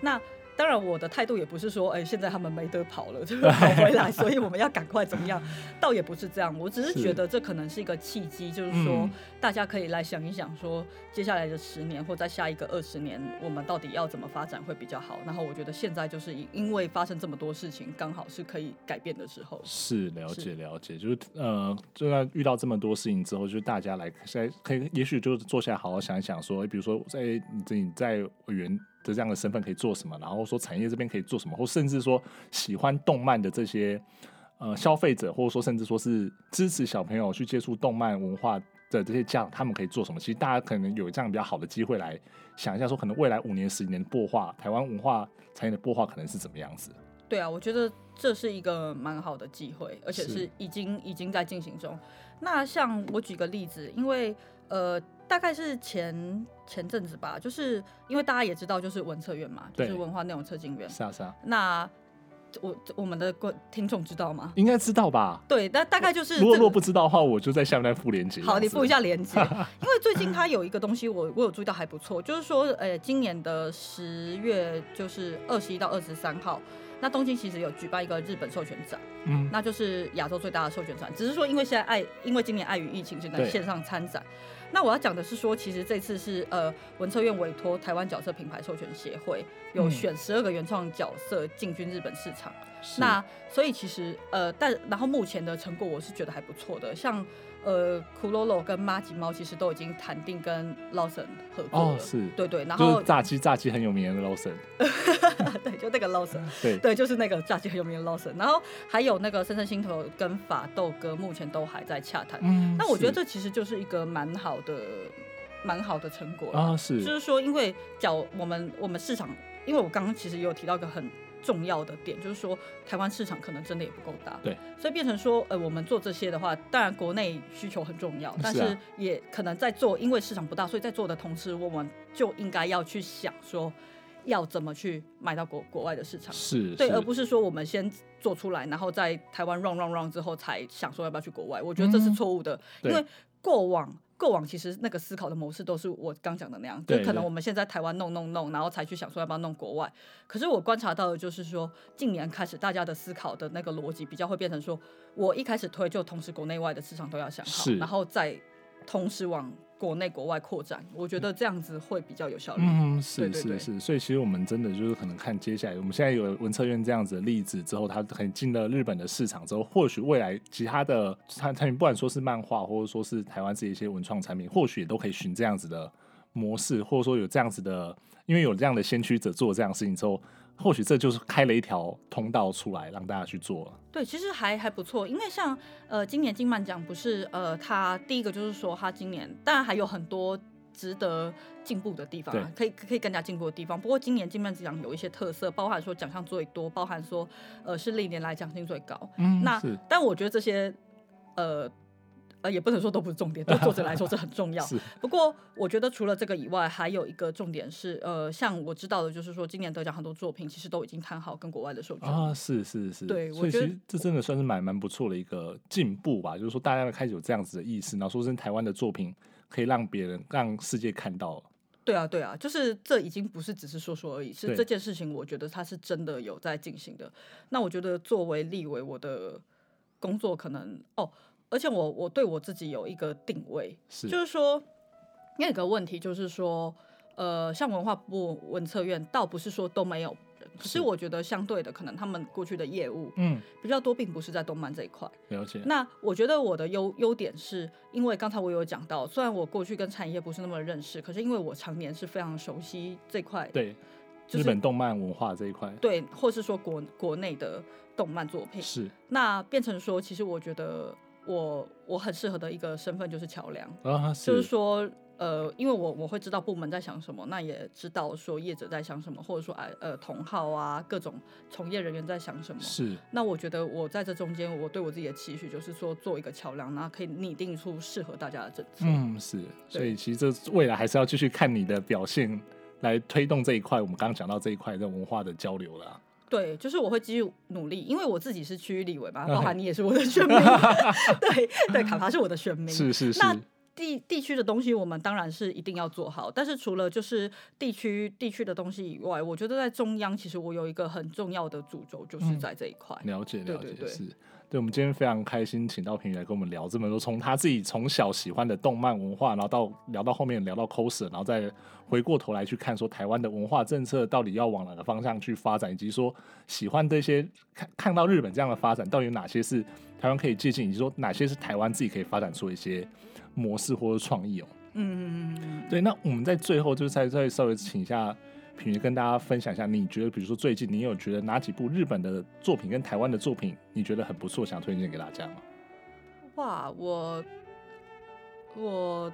Speaker 2: 那当然，我的态度也不是说，哎、现在他们没得跑了， <laughs> 就是跑
Speaker 1: <laughs>
Speaker 2: 回来，所以我们要赶快怎么样，倒也不是这样。我只是
Speaker 1: 是
Speaker 2: 觉得这可能是一个契机，就是说，
Speaker 1: 嗯
Speaker 2: 大家可以来想一想说接下来的十年或在下一个二十年，我们到底要怎么发展会比较好？然后我觉得现在就是因因为发生这么多事情，刚好是可以改变的时候。
Speaker 1: 是了
Speaker 2: 是
Speaker 1: 解了解，就是呃，就在遇到这么多事情之后，就是大家来现在可以，也许就是坐下来好好想一想说，诶比如说在你自己在委员的这样的身份可以做什么，然后说产业这边可以做什么，或甚至说喜欢动漫的这些呃消费者，或者说甚至说是支持小朋友去接触动漫文化的这些家长，他们可以做什么？其实大家可能有这样比较好的机会来想一下，说可能未来五年、十年的擘画，台湾文化产业的擘画可能是怎么样子？
Speaker 2: 对啊，我觉得这是一个蛮好的机会，而且
Speaker 1: 是
Speaker 2: 是已经已经在进行中。那像我举个例子，因为呃，大概是前前阵子吧，就是因为大家也知道，就是文策院嘛，就是
Speaker 1: 对
Speaker 2: 文化内容策进院。
Speaker 1: 是啊，是啊，
Speaker 2: 那我我们的观听众知道吗？
Speaker 1: 应该知道吧？
Speaker 2: 对，那大概就是
Speaker 1: 如果
Speaker 2: 这
Speaker 1: 如果
Speaker 2: 个
Speaker 1: 不知道的话，我就在下面再附链接。
Speaker 2: 好，你
Speaker 1: 附
Speaker 2: 附一。
Speaker 1: <laughs>
Speaker 2: 下链接，因为最近它有一个东西我，我有注意到还不错，就是说，呃，今年的十月就是二十一到二十三号，那东京其实有举办一个日本授权展，
Speaker 1: 嗯，
Speaker 2: 那就是亚洲最大的授权展，只是说因为现在碍，因为今年碍于疫情，只能
Speaker 1: 对
Speaker 2: 线上参展。那我要讲的是说，其实这次是呃文策院委托台湾角色品牌授权协会有
Speaker 1: 嗯
Speaker 2: 选十二个原创角色进军日本市场。
Speaker 1: 是
Speaker 2: 那所以其实呃，但然后目前的成果我是觉得还不错的，像呃库洛洛跟妈吉猫其实都已经谈定跟 Lawson 合作了，
Speaker 1: 哦是
Speaker 2: 对对，然
Speaker 1: 就
Speaker 2: 后
Speaker 1: 是炸鸡，炸鸡很有名的 Lawson，
Speaker 2: <laughs> 对，就那个 Lawson，
Speaker 1: 对，
Speaker 2: 对，就是那个炸鸡很有名的 Lawson，然后还有那个深深心头跟法斗哥目前都还在洽谈，
Speaker 1: 嗯
Speaker 2: 那我觉得
Speaker 1: 是
Speaker 2: 这其实就是一个蛮好的蛮好的成果了。
Speaker 1: 啊
Speaker 2: 就是是说，因为角我们我们市场因为我刚刚其实也有提到一个很重要的点，就是说台湾市场可能真的也不够大，
Speaker 1: 对，
Speaker 2: 所以变成说，呃，我们做这些的话，当然国内需求很重要，但
Speaker 1: 是啊
Speaker 2: 是也可能在做，因为市场不大，所以在做的同时，我们就应该要去想说，要怎么去卖到国国外的市场。
Speaker 1: 是，
Speaker 2: 对，
Speaker 1: 是
Speaker 2: 而不是说我们先做出来，然后在台湾 run run run 之后才想说要不要去国外。我觉得这是错误的，
Speaker 1: 嗯对
Speaker 2: 因为过往过往其实那个思考的模式都是我刚讲的那样，就
Speaker 1: 对
Speaker 2: 可能
Speaker 1: 对
Speaker 2: 我们现在台湾弄弄弄，然后才去想说要不要弄国外。可是我观察到的就是说，近年开始大家的思考的那个逻辑比较会变成说，我一开始推就同时国内外的市场都要想好
Speaker 1: 是，
Speaker 2: 然后再同时往国内国外扩展。我觉得这样子会比较有效率。
Speaker 1: 嗯，
Speaker 2: 对
Speaker 1: 是
Speaker 2: 对
Speaker 1: 是
Speaker 2: 对
Speaker 1: 是，所以其实我们真的就是可能看接下来，我们现在有文策院这样子的例子之后，它很进了日本的市场之后，或许未来其他的产产品，不管说是漫画，或者说是台湾自己一些文创产品，或许也都可以循这样子的模式，或者说有这样子的，因为有这样的先驱者做这样的事情之后，或许这就是开了一条通道出来，让大家去做了。
Speaker 2: 对，其实还还不错，因为像呃，今年金漫奖不是呃，它第一个就是说它今年，当然还有很多值得进步的地方、啊
Speaker 1: 对，
Speaker 2: 可以可以更加进步的地方。不过今年金漫奖有一些特色，包含说奖项最多，包含说呃是历年来奖金最高。
Speaker 1: 嗯
Speaker 2: 那
Speaker 1: 是
Speaker 2: 但我觉得这些呃呃也不能说都不是重点，对作者来说这很重要。
Speaker 1: <laughs> 是
Speaker 2: 不过，我觉得除了这个以外，还有一个重点是，呃，像我知道的，就是说今年得奖很多作品其实都已经谈好跟国外的授权了
Speaker 1: 啊，是是是，
Speaker 2: 对我
Speaker 1: 所以其
Speaker 2: 觉得
Speaker 1: 实这真的算是蛮蛮不错的一个进步吧，就是说大家开始有这样子的意识，然后说真的台湾的作品可以让别人让世界看到了，
Speaker 2: 对啊，对啊，就是这已经不是只是说说而已，
Speaker 1: 对
Speaker 2: 是这件事情，我觉得它是真的有在进行的。那我觉得作为立委，我的工作可能哦，而且我我对我自己有一个定位，
Speaker 1: 是
Speaker 2: 就是说，因为有个问题就是说，呃，像文化部文策院倒不是说都没有人，可
Speaker 1: 是
Speaker 2: 是我觉得相对的，可能他们过去的业务
Speaker 1: 嗯，
Speaker 2: 比较多，并不是在动漫这一块。
Speaker 1: 了解，
Speaker 2: 那我觉得我的优优点是，因为刚才我有讲到，虽然我过去跟产业不是那么认识，可是因为我常年是非常熟悉这块，
Speaker 1: 对，
Speaker 2: 就
Speaker 1: 日
Speaker 2: 是
Speaker 1: 本动漫文化这一块
Speaker 2: 对，或是说国国内的动漫作品，
Speaker 1: 是
Speaker 2: 那变成说，其实我觉得我我很适合的一个身份就是桥梁，
Speaker 1: 啊，
Speaker 2: 就是说。呃，因为我我会知道部门在想什么，那也知道说业者在想什么，或者说哎呃同号啊各种从业人员在想什么，
Speaker 1: 是
Speaker 2: 那我觉得我在这中间，我对我自己的期许就是说，做一个桥梁，然后可以拟定出适合大家的政策。
Speaker 1: 嗯是，所以其实这未来还是要继续看你的表现来推动这一块，我们刚刚讲到这一块的文化的交流了啊，
Speaker 2: 对，就是我会继续努力，因为我自己是区域立委嘛，
Speaker 1: 嗯
Speaker 2: 包含你也是我的
Speaker 1: <laughs>
Speaker 2: 选民， <laughs> 对对，卡帕是我的选民。
Speaker 1: 是是是，
Speaker 2: 那地地区的东西，我们当然是一定要做好。但是除了就是地区地区的东西以外，我觉得在中央，其实我有一个很重要的主轴，就是
Speaker 1: 嗯
Speaker 2: 在这一块。
Speaker 1: 了解
Speaker 2: 对
Speaker 1: 了解，
Speaker 2: 对对
Speaker 1: 是。对，我们今天非常开心，请到平宇来跟我们聊这么多，从他自己从小喜欢的动漫文化，然后到聊到后面聊到 coser，然后再回过头来去看说台湾的文化政策到底要往哪个方向去发展，以及说喜欢这些看看到日本这样的发展，到底有哪些是台湾可以借鉴，以及说哪些是台湾自己可以发展出一些模式或者创意哦。
Speaker 2: 嗯嗯嗯嗯。
Speaker 1: 对，那我们在最后就是再再稍微请一下品瑜跟大家分享一下，你觉得比如说最近你有觉得哪几部日本的作品跟台湾的作品你觉得很不错，想推荐给大家吗？
Speaker 2: 哇，我我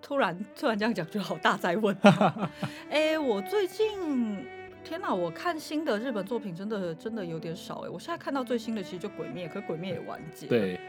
Speaker 2: 突然突然这样讲，就好大灾问。
Speaker 1: <laughs>
Speaker 2: 哎、我最近天哪，我看新的日本作品真的真的有点少哎、我现在看到最新的其实就《鬼灭》，可是《鬼灭》也完结。
Speaker 1: 对，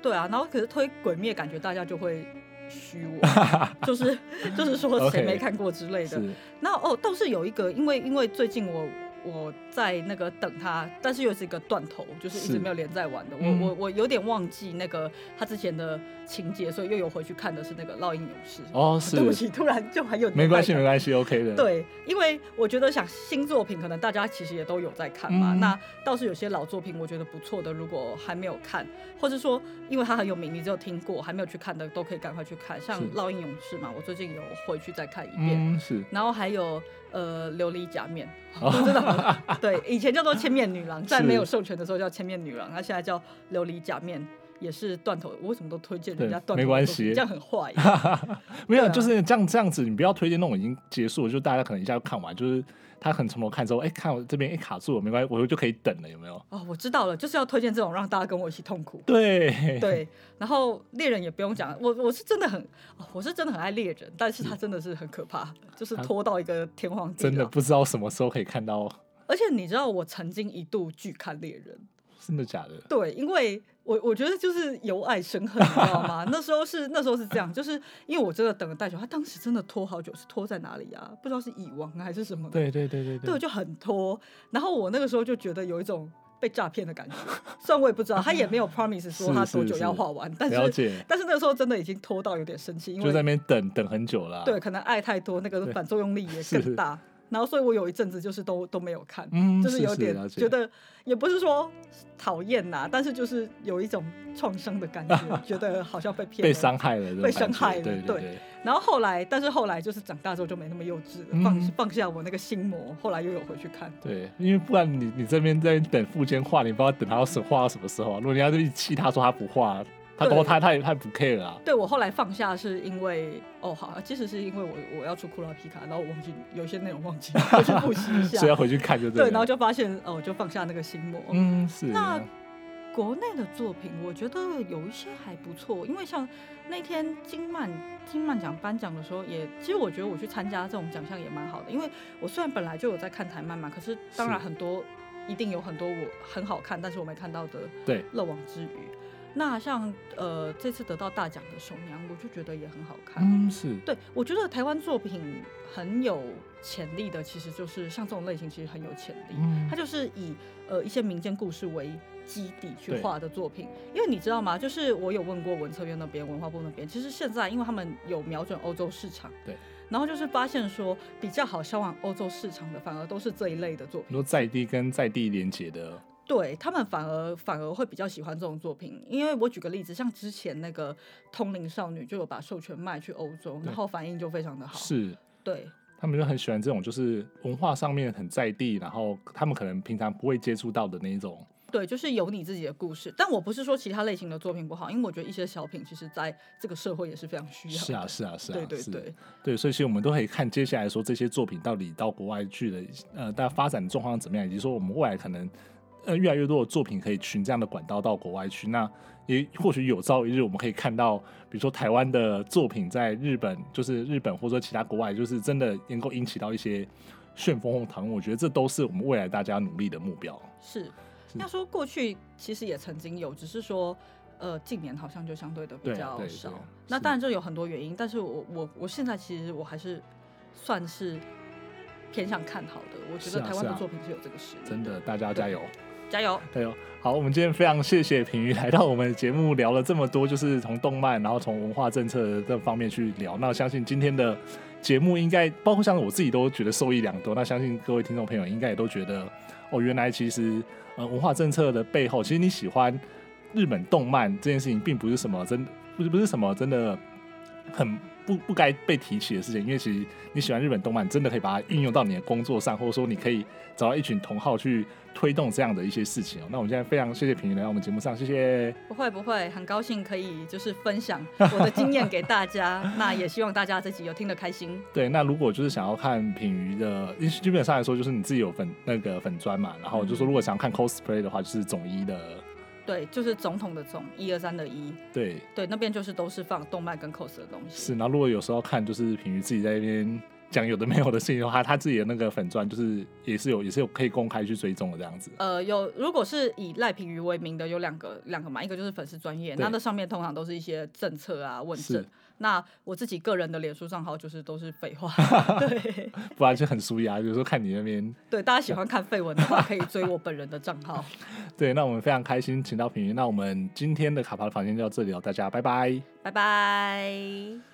Speaker 2: 对啊，然后可是推《鬼灭》，感觉大家就会虚
Speaker 1: <laughs>
Speaker 2: 我，就是就是说
Speaker 1: OK
Speaker 2: 谁没看过之类的。
Speaker 1: 是
Speaker 2: 那哦，倒是有一个，因为因为最近我我在那个等他，但是又是一个断头，就是一
Speaker 1: 是
Speaker 2: 直没有连载完的。
Speaker 1: 嗯
Speaker 2: 我我我有点忘记那个他之前的情节，所以又有回去看的是那个《烙印勇士》。 <laughs>
Speaker 1: 哦，是
Speaker 2: 对不起，突然就很有
Speaker 1: 没关系，
Speaker 2: 年代
Speaker 1: 没
Speaker 2: 感
Speaker 1: 关系，OK 的。，
Speaker 2: 对，因为我觉得想新作品，可能大家其实也都有在看嘛。
Speaker 1: 嗯
Speaker 2: 那倒是有些老作品，我觉得不错的，如果还没有看，或者说因为它很有名，你只有听过还没有去看的，都可以赶快去看。像
Speaker 1: 是
Speaker 2: 《烙印勇士》嘛，我最近有回去再看一遍。
Speaker 1: 嗯，是
Speaker 2: 然后还有呃琉璃假
Speaker 1: <laughs>
Speaker 2: 面，哦真的很对，以前叫做千面女郎，在没有授权的时候叫千面女郎，她现在叫琉璃假面。也是断头，我为什么都推荐人家
Speaker 1: 对
Speaker 2: 断头？
Speaker 1: 没关系
Speaker 2: 这样很坏
Speaker 1: <laughs>
Speaker 2: 耶。
Speaker 1: 没有，
Speaker 2: 对啊
Speaker 1: 就是这样这样子，你不要推荐那种已经结束了，就大家可能一下就看完，就是他很从头看之后，哎、看我这边哎、卡住了，没关系，我就可以等了，有没有？
Speaker 2: 哦，我知道了，就是要推荐这种让大家跟我一起痛苦。
Speaker 1: 对，
Speaker 2: 对，然后猎人也不用讲，我我是真的很、哦我是真的很爱猎人，但是他真的是很可怕，就是
Speaker 1: 他
Speaker 2: 拖到一个天荒地
Speaker 1: 真的
Speaker 2: 老。
Speaker 1: 不知道什么时候可以看到，
Speaker 2: 而且你知道，我曾经一度拒看猎人，
Speaker 1: 真的假的？
Speaker 2: 对，因为我我觉得就是由爱生恨，你知道吗？那时候是那时候是这样，就是因为我真的等了太久，他当时真的拖好久，是拖在哪里啊？不知道是蚁王还是什么的。
Speaker 1: 对对对对
Speaker 2: 对，我就很拖。然后我那个时候就觉得有一种被诈骗的感觉，虽然我也不知道，他也没有 promise 说
Speaker 1: 是
Speaker 2: 他
Speaker 1: 是
Speaker 2: 多久要
Speaker 1: 是
Speaker 2: 画完，
Speaker 1: 了
Speaker 2: 但是
Speaker 1: 解，
Speaker 2: 但是那个时候真的已经拖到有点生气，因
Speaker 1: 就在那
Speaker 2: 为
Speaker 1: 边等等很久了、
Speaker 2: 对，可能爱太多，那个
Speaker 1: 对
Speaker 2: 反作用力也
Speaker 1: 是
Speaker 2: 更大。然后所以我有一阵子就是都都没有看，
Speaker 1: 嗯，
Speaker 2: 就是有
Speaker 1: 了
Speaker 2: 点
Speaker 1: 解
Speaker 2: 觉得也不是说讨厌呐，但是就是有一种创伤的感觉，觉得
Speaker 1: <laughs>
Speaker 2: 好像被骗
Speaker 1: 被
Speaker 2: 了
Speaker 1: 伤害了这种感觉，
Speaker 2: 被伤害了
Speaker 1: 对
Speaker 2: 对
Speaker 1: 对，
Speaker 2: 然后后来，但是后来就是长大之后就没那么幼稚了，放
Speaker 1: 嗯
Speaker 2: 放下我那个心魔，后来又有回去看。
Speaker 1: 对，因为不然你你这边在等附件画，你不知道等他要什画到什么时候啊、如果人家就一直气他说他不画，他都
Speaker 2: 对
Speaker 1: 他他也他也不 care 啊。
Speaker 2: 对我后来放下是因为哦好，其实是因为我我要出库拉皮卡，然后我忘记有一些内容忘记，
Speaker 1: <laughs>
Speaker 2: 我去复习一
Speaker 1: 所以要
Speaker 2: 下。
Speaker 1: 回去看就对了。
Speaker 2: 啊对，然后就发现哦，我就放下那个心魔。
Speaker 1: 嗯是。
Speaker 2: 那国内的作品，我觉得有一些还不错，因为像那天金漫金漫奖颁奖的时候也，其实我觉得我去参加这种奖项也蛮好的，因为我虽然本来就有在看台漫嘛，可是当然
Speaker 1: 是
Speaker 2: 很多一定有很多我很好看，但是我没看到的
Speaker 1: 对
Speaker 2: 漏网之鱼。那像呃这次得到大奖的《手娘》，我就觉得也很好看。
Speaker 1: 嗯是
Speaker 2: 对，我觉得台湾作品很有潜力的，其实就是像这种类型，其实很有潜力。
Speaker 1: 嗯
Speaker 2: 它就是以呃一些民间故事为基底去
Speaker 1: 对
Speaker 2: 画的作品。因为你知道吗？就是我有问过文策院那边、文化部那边，其实现在因为他们有瞄准欧洲市场，
Speaker 1: 对，
Speaker 2: 然后就是发现说比较好销往欧洲市场的，反而都是这一类的作
Speaker 1: 你
Speaker 2: 品。
Speaker 1: 说在地跟在地连接的，
Speaker 2: 对他们反而反而会比较喜欢这种作品，因为我举个例子，像之前那个《通灵少女》就有把授权卖去欧洲，
Speaker 1: 对
Speaker 2: 然后反应就非常的好。
Speaker 1: 是
Speaker 2: 对，
Speaker 1: 他们就很喜欢这种，就是文化上面很在地，然后他们可能平常不会接触到的那一种。
Speaker 2: 对，就是有你自己的故事，但我不是说其他类型的作品不好，因为我觉得一些小品其实在这个社会也是非常需要的。
Speaker 1: 是啊，是啊，是啊，
Speaker 2: 对对
Speaker 1: 是
Speaker 2: 对，
Speaker 1: 对，所以其实我们都可以看接下来说这些作品到底到国外去的，呃，大家发展状况怎么样，以及说我们未来可能呃越来越多的作品可以循这样的管道到国外去。那也或许有朝一日我们可以看到，比如说台湾的作品在日本，就是日本或者说其他国外，就是真的能够引起到一些旋风或讨论。我觉得这都是我们未来大家努力的目标。
Speaker 2: 是
Speaker 1: 是
Speaker 2: 要说过去其实也曾经有，只是说呃近年好像就相对的比
Speaker 1: 对啊
Speaker 2: 较
Speaker 1: 对
Speaker 2: 少
Speaker 1: 对。
Speaker 2: 那
Speaker 1: 是
Speaker 2: 当然这有很多原因，但是我我我现在其实我还是算是偏向看好的，我觉
Speaker 1: 是
Speaker 2: 得
Speaker 1: 啊
Speaker 2: 台湾
Speaker 1: 是
Speaker 2: 的
Speaker 1: 啊
Speaker 2: 作品是有这个实力。
Speaker 1: 真的，大家加油！
Speaker 2: 加油！
Speaker 1: 对哦，好，我们今天非常谢谢平瑜来到我们的节目，聊了这么多，就是从动漫，然后从文化政策这方面去聊。那我相信今天的节目应该包括像我自己都觉得受益良多，那相信各位听众朋友应该也都觉得，哦，原来其实呃文化政策的背后，其实你喜欢日本动漫这件事情，并不是什么真不是不是什么真的很。不不该被提起的事情，因为其实你喜欢日本动漫，真的可以把它应用到你的工作上，或者说你可以找到一群同好去推动这样的一些事情哦。那我们现在非常谢谢平云来到我们节目上，谢谢。
Speaker 2: 不会不会，很高兴可以就是分
Speaker 1: <laughs>
Speaker 2: 享我的经验给大家，那也希望大家这集有听得开心。
Speaker 1: 对，那如果就是想要看品鱼的，因为基本上来说就是你自己有粉那个粉砖嘛，然后就说如果想要看 cosplay 的话，就是总一的，
Speaker 2: 对，就是总统的总，一二三的一，
Speaker 1: 对，
Speaker 2: 对，那边就是都是放动漫跟 cos 的东西。
Speaker 1: 是。然后如果有时候看就是品鱼自己在那边讲有的没有的事情的话，他自己的那个粉砖就是也是有也是有可以公开去追踪的这样子。
Speaker 2: 呃，有如果是以赖品妤为名的有两个两个嘛，一个就是粉丝专业，
Speaker 1: 对
Speaker 2: 那那上面通常都是一些政策啊问
Speaker 1: 是
Speaker 2: 政。那我自己个人的脸书账号就是都
Speaker 1: <laughs>
Speaker 2: 是废话，对
Speaker 1: 不然就很舒压，有时候看你那边。
Speaker 2: 对，大家喜欢看绯闻的话，可以追我本人的账号。
Speaker 1: 对，那我们非常开心请到品鱼，那我们今天的卡帕的房间就到这里了，大家拜拜。
Speaker 2: 拜拜。